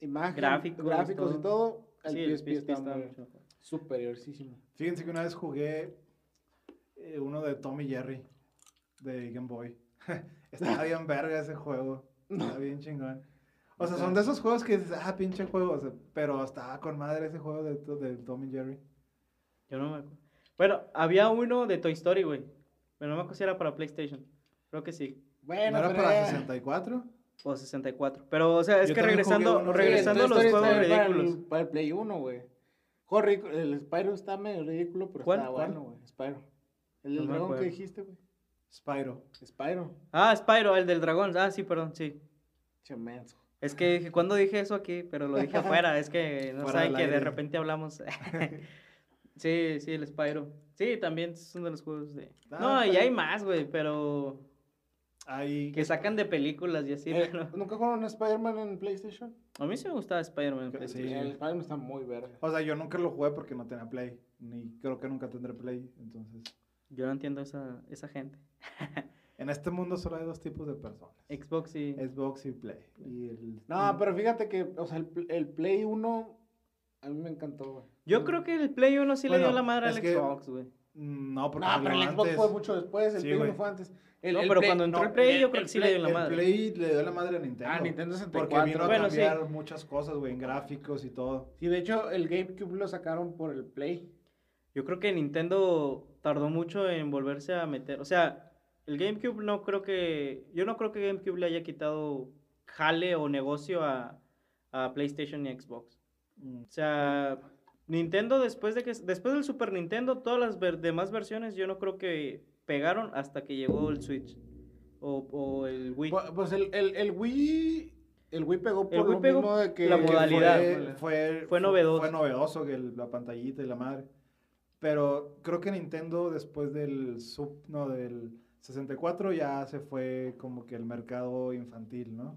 Speaker 5: imagen,
Speaker 6: Gráficos,
Speaker 5: gráficos, y
Speaker 6: todo.
Speaker 5: todo, el PSP, está muy bien.
Speaker 6: mucho mejor.
Speaker 5: Superiorísimo.
Speaker 4: Fíjense que una vez jugué eh, uno de Tom y Jerry de Game Boy. Estaba bien verga ese juego. Estaba bien chingón. O sea, son de esos juegos que dices, ah, pinche juego. o sea, pero estaba con madre ese juego de, to- de Tom y Jerry.
Speaker 6: Yo no me acuerdo. Bueno, había uno de Toy Story, güey. Pero no me acuerdo si era para PlayStation. Creo que sí.
Speaker 5: Bueno,
Speaker 4: ¿No era
Speaker 5: pero
Speaker 4: para
Speaker 5: ya-
Speaker 4: 64?
Speaker 6: O 64. Pero, o sea, es
Speaker 4: Yo
Speaker 6: que
Speaker 4: también jugué
Speaker 6: regresando,
Speaker 4: uno de-
Speaker 6: regresando a
Speaker 5: Sí,
Speaker 6: los
Speaker 5: Toy Story
Speaker 6: juegos
Speaker 5: está para el-
Speaker 6: ridículos.
Speaker 5: Para el Play 1, güey. Juego rico- El Spyro está medio ridículo, pero
Speaker 6: ¿Cuál?
Speaker 5: está
Speaker 6: ¿Cuál?
Speaker 5: bueno, güey. Spyro. El del
Speaker 6: No me
Speaker 5: dragón
Speaker 6: acuerdo.
Speaker 5: que dijiste, güey.
Speaker 4: Spyro.
Speaker 5: Spyro.
Speaker 6: Ah, Spyro, el del dragón. Ah, sí, perdón, sí.
Speaker 5: Chemenso.
Speaker 6: Es que dije, ¿cuándo dije eso aquí? Pero lo dije afuera, es que no
Speaker 4: Fuera
Speaker 6: saben
Speaker 4: del
Speaker 6: que de
Speaker 4: aire.
Speaker 6: repente hablamos. sí, sí, el Spyro. Sí, también es uno de los juegos de...
Speaker 4: Ah,
Speaker 6: no, y
Speaker 4: pero-
Speaker 6: hay más, güey, pero...
Speaker 4: Ahí.
Speaker 6: Que sacan de películas y así,
Speaker 5: Eh,
Speaker 6: pero...
Speaker 5: ¿Nunca jugaron a Spider-Man en PlayStation?
Speaker 6: A mí sí me gustaba Spider-Man.
Speaker 4: Sí.
Speaker 6: pues.
Speaker 5: El Spider-Man está muy verga.
Speaker 4: O sea, yo nunca lo jugué porque no tenía Play. Ni creo que nunca tendré Play. Entonces,
Speaker 6: Yo no entiendo esa, esa gente.
Speaker 4: en este mundo solo hay dos tipos de personas.
Speaker 6: Xbox y...
Speaker 4: Xbox y Play. Y el-
Speaker 6: Mm.
Speaker 5: No, pero fíjate que, o sea, el, pl- el Play 1 a mí me encantó, güey.
Speaker 6: Yo creo que el Play 1 sí le dio
Speaker 4: Bueno,
Speaker 6: la madre al
Speaker 4: es que-
Speaker 6: Xbox, güey.
Speaker 4: Mm, No, porque
Speaker 5: No,
Speaker 4: salió
Speaker 5: pero el Xbox
Speaker 4: antes.
Speaker 5: fue mucho después, el
Speaker 4: Sí,
Speaker 5: Play 1
Speaker 4: güey.
Speaker 5: fue antes.
Speaker 6: No, pero cuando entró el Play, yo creo que sí le
Speaker 5: Play-
Speaker 6: dio la
Speaker 4: el
Speaker 6: madre.
Speaker 4: Play le dio la madre a Nintendo.
Speaker 5: Ah, Nintendo 64.
Speaker 4: Porque vino a
Speaker 6: Bueno, sí.
Speaker 4: cambiar muchas cosas, güey, en gráficos y todo.
Speaker 5: Sí, de hecho, el GameCube lo sacaron por el Play.
Speaker 6: Yo creo que Nintendo tardó mucho en volverse a meter. O sea, el GameCube no creo que. Yo no creo que GameCube le haya quitado jale o negocio a, a PlayStation y Xbox. O sea, Nintendo después de que después del Super Nintendo, todas las ver- demás versiones yo no creo que pegaron hasta que llegó el Switch o, o el Wii.
Speaker 5: Pu- Pues el, el, el Wii. El Wii pegó por
Speaker 6: El Wii
Speaker 5: lo
Speaker 6: pegó
Speaker 5: mismo de que.
Speaker 6: la
Speaker 5: que
Speaker 6: modalidad.
Speaker 5: fue-
Speaker 4: Fue, fue,
Speaker 6: Fue novedoso.
Speaker 4: Fue novedoso que el- la pantallita y la madre. Pero creo que Nintendo después del sub, no, del 64 ya se fue como que el mercado infantil, ¿no?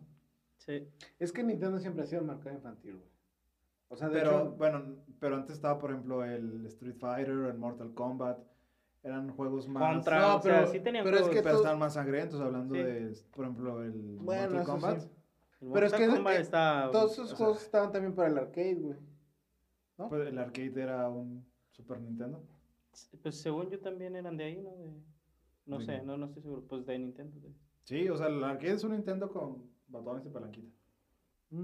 Speaker 6: Sí.
Speaker 5: Es que Nintendo siempre ha sido marca infantil, güey. O sea, de
Speaker 4: Pero
Speaker 5: hecho.
Speaker 4: bueno, pero antes estaba por ejemplo el Street Fighter, el Mortal Kombat, eran juegos más
Speaker 6: Contra,
Speaker 5: No,
Speaker 6: o sea,
Speaker 5: pero-
Speaker 6: sí tenían
Speaker 5: pero es
Speaker 6: juegos.
Speaker 5: que
Speaker 4: pero
Speaker 5: tú-
Speaker 4: están más sangrientos hablando
Speaker 6: Sí.
Speaker 4: de por ejemplo el
Speaker 5: Bueno,
Speaker 4: Mortal
Speaker 5: eso
Speaker 4: Kombat.
Speaker 5: sí.
Speaker 6: El
Speaker 5: pero es
Speaker 6: Mortal
Speaker 5: que-
Speaker 6: Kombat
Speaker 5: eh,
Speaker 6: está-
Speaker 5: Todos esos
Speaker 4: o
Speaker 5: juegos
Speaker 4: sea-
Speaker 5: estaban también para el arcade, güey. ¿no?
Speaker 4: Pues el arcade era un Super Nintendo.
Speaker 6: Pues según yo también eran de ahí, ¿no? De- no
Speaker 4: ¿De
Speaker 6: sé,
Speaker 4: qué?
Speaker 6: no, no estoy seguro. Pues de Nintendo. de-
Speaker 4: Sí, o sea, el arcade es un Nintendo con botones y palanquita.
Speaker 5: Mm.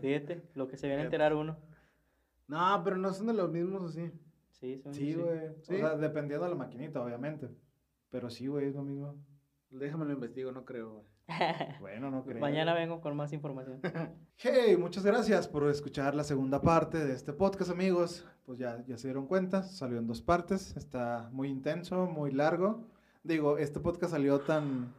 Speaker 6: Fíjate, E lo que se viene a
Speaker 4: Fíjate.
Speaker 6: enterar uno.
Speaker 5: No, pero no son de los mismos, ¿o sí?
Speaker 6: Sí, según yo
Speaker 4: Sí, güey.
Speaker 5: Sí.
Speaker 4: O sea, dependiendo de la maquinita, obviamente. Pero sí, güey, es lo mismo.
Speaker 5: Déjame lo investigo, no creo, güey.
Speaker 4: Bueno, no creo.
Speaker 6: Mañana vengo con más información.
Speaker 4: Hey, muchas gracias por escuchar la segunda parte de este podcast, amigos. Pues ya, ya se dieron cuenta, salió en dos partes. Está muy intenso, muy largo. Digo, este podcast salió tan...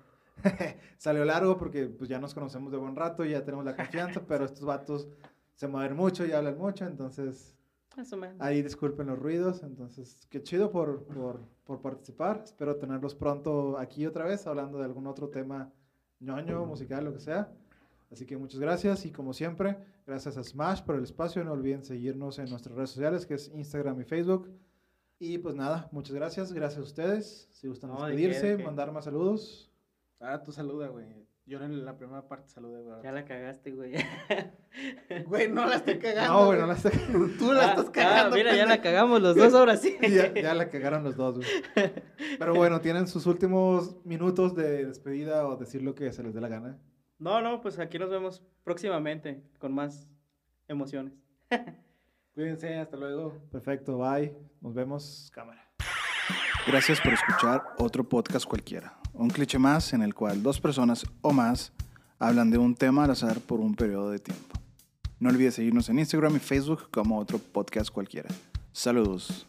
Speaker 4: salió largo porque pues ya nos conocemos de buen rato, ya tenemos la confianza, pero estos vatos se mueven mucho y hablan mucho, entonces
Speaker 6: Más o menos.
Speaker 4: Ahí disculpen los ruidos, entonces qué chido por, por, por participar. Espero tenerlos pronto aquí otra vez hablando de algún otro tema ñoño, musical, lo que sea. Así que muchas gracias y como siempre, gracias a Smash por el espacio. No olviden seguirnos en nuestras redes sociales que es Instagram y Facebook. Y pues nada, muchas gracias, gracias a ustedes. Si gustan
Speaker 6: No, de qué, de
Speaker 4: despedirse,
Speaker 6: qué.
Speaker 4: mandar más saludos.
Speaker 5: Ah, tú saluda, güey. Yo en la primera parte saludé, güey.
Speaker 6: Ya la cagaste, güey.
Speaker 5: Güey, no la estoy cagando.
Speaker 4: No, bueno,
Speaker 5: güey.
Speaker 4: las-
Speaker 5: Tú la
Speaker 6: Ah,
Speaker 5: estás
Speaker 6: ah,
Speaker 5: cagando.
Speaker 6: mira, ya
Speaker 5: pendejo.
Speaker 6: la cagamos los dos ahora sí.
Speaker 4: ya, ya la cagaron los dos. güey. Pero bueno, tienen sus últimos minutos de despedida o decir lo que se les dé la gana.
Speaker 6: No, no, pues aquí nos vemos próximamente con más emociones.
Speaker 5: Cuídense, hasta luego.
Speaker 4: Perfecto, bye. Nos vemos. Cámara.
Speaker 1: Gracias por escuchar otro podcast cualquiera. Un cliché más en el cual dos personas o más hablan de un tema al azar por un periodo de tiempo. No olvides seguirnos en Instagram y Facebook como otro podcast cualquiera. Saludos.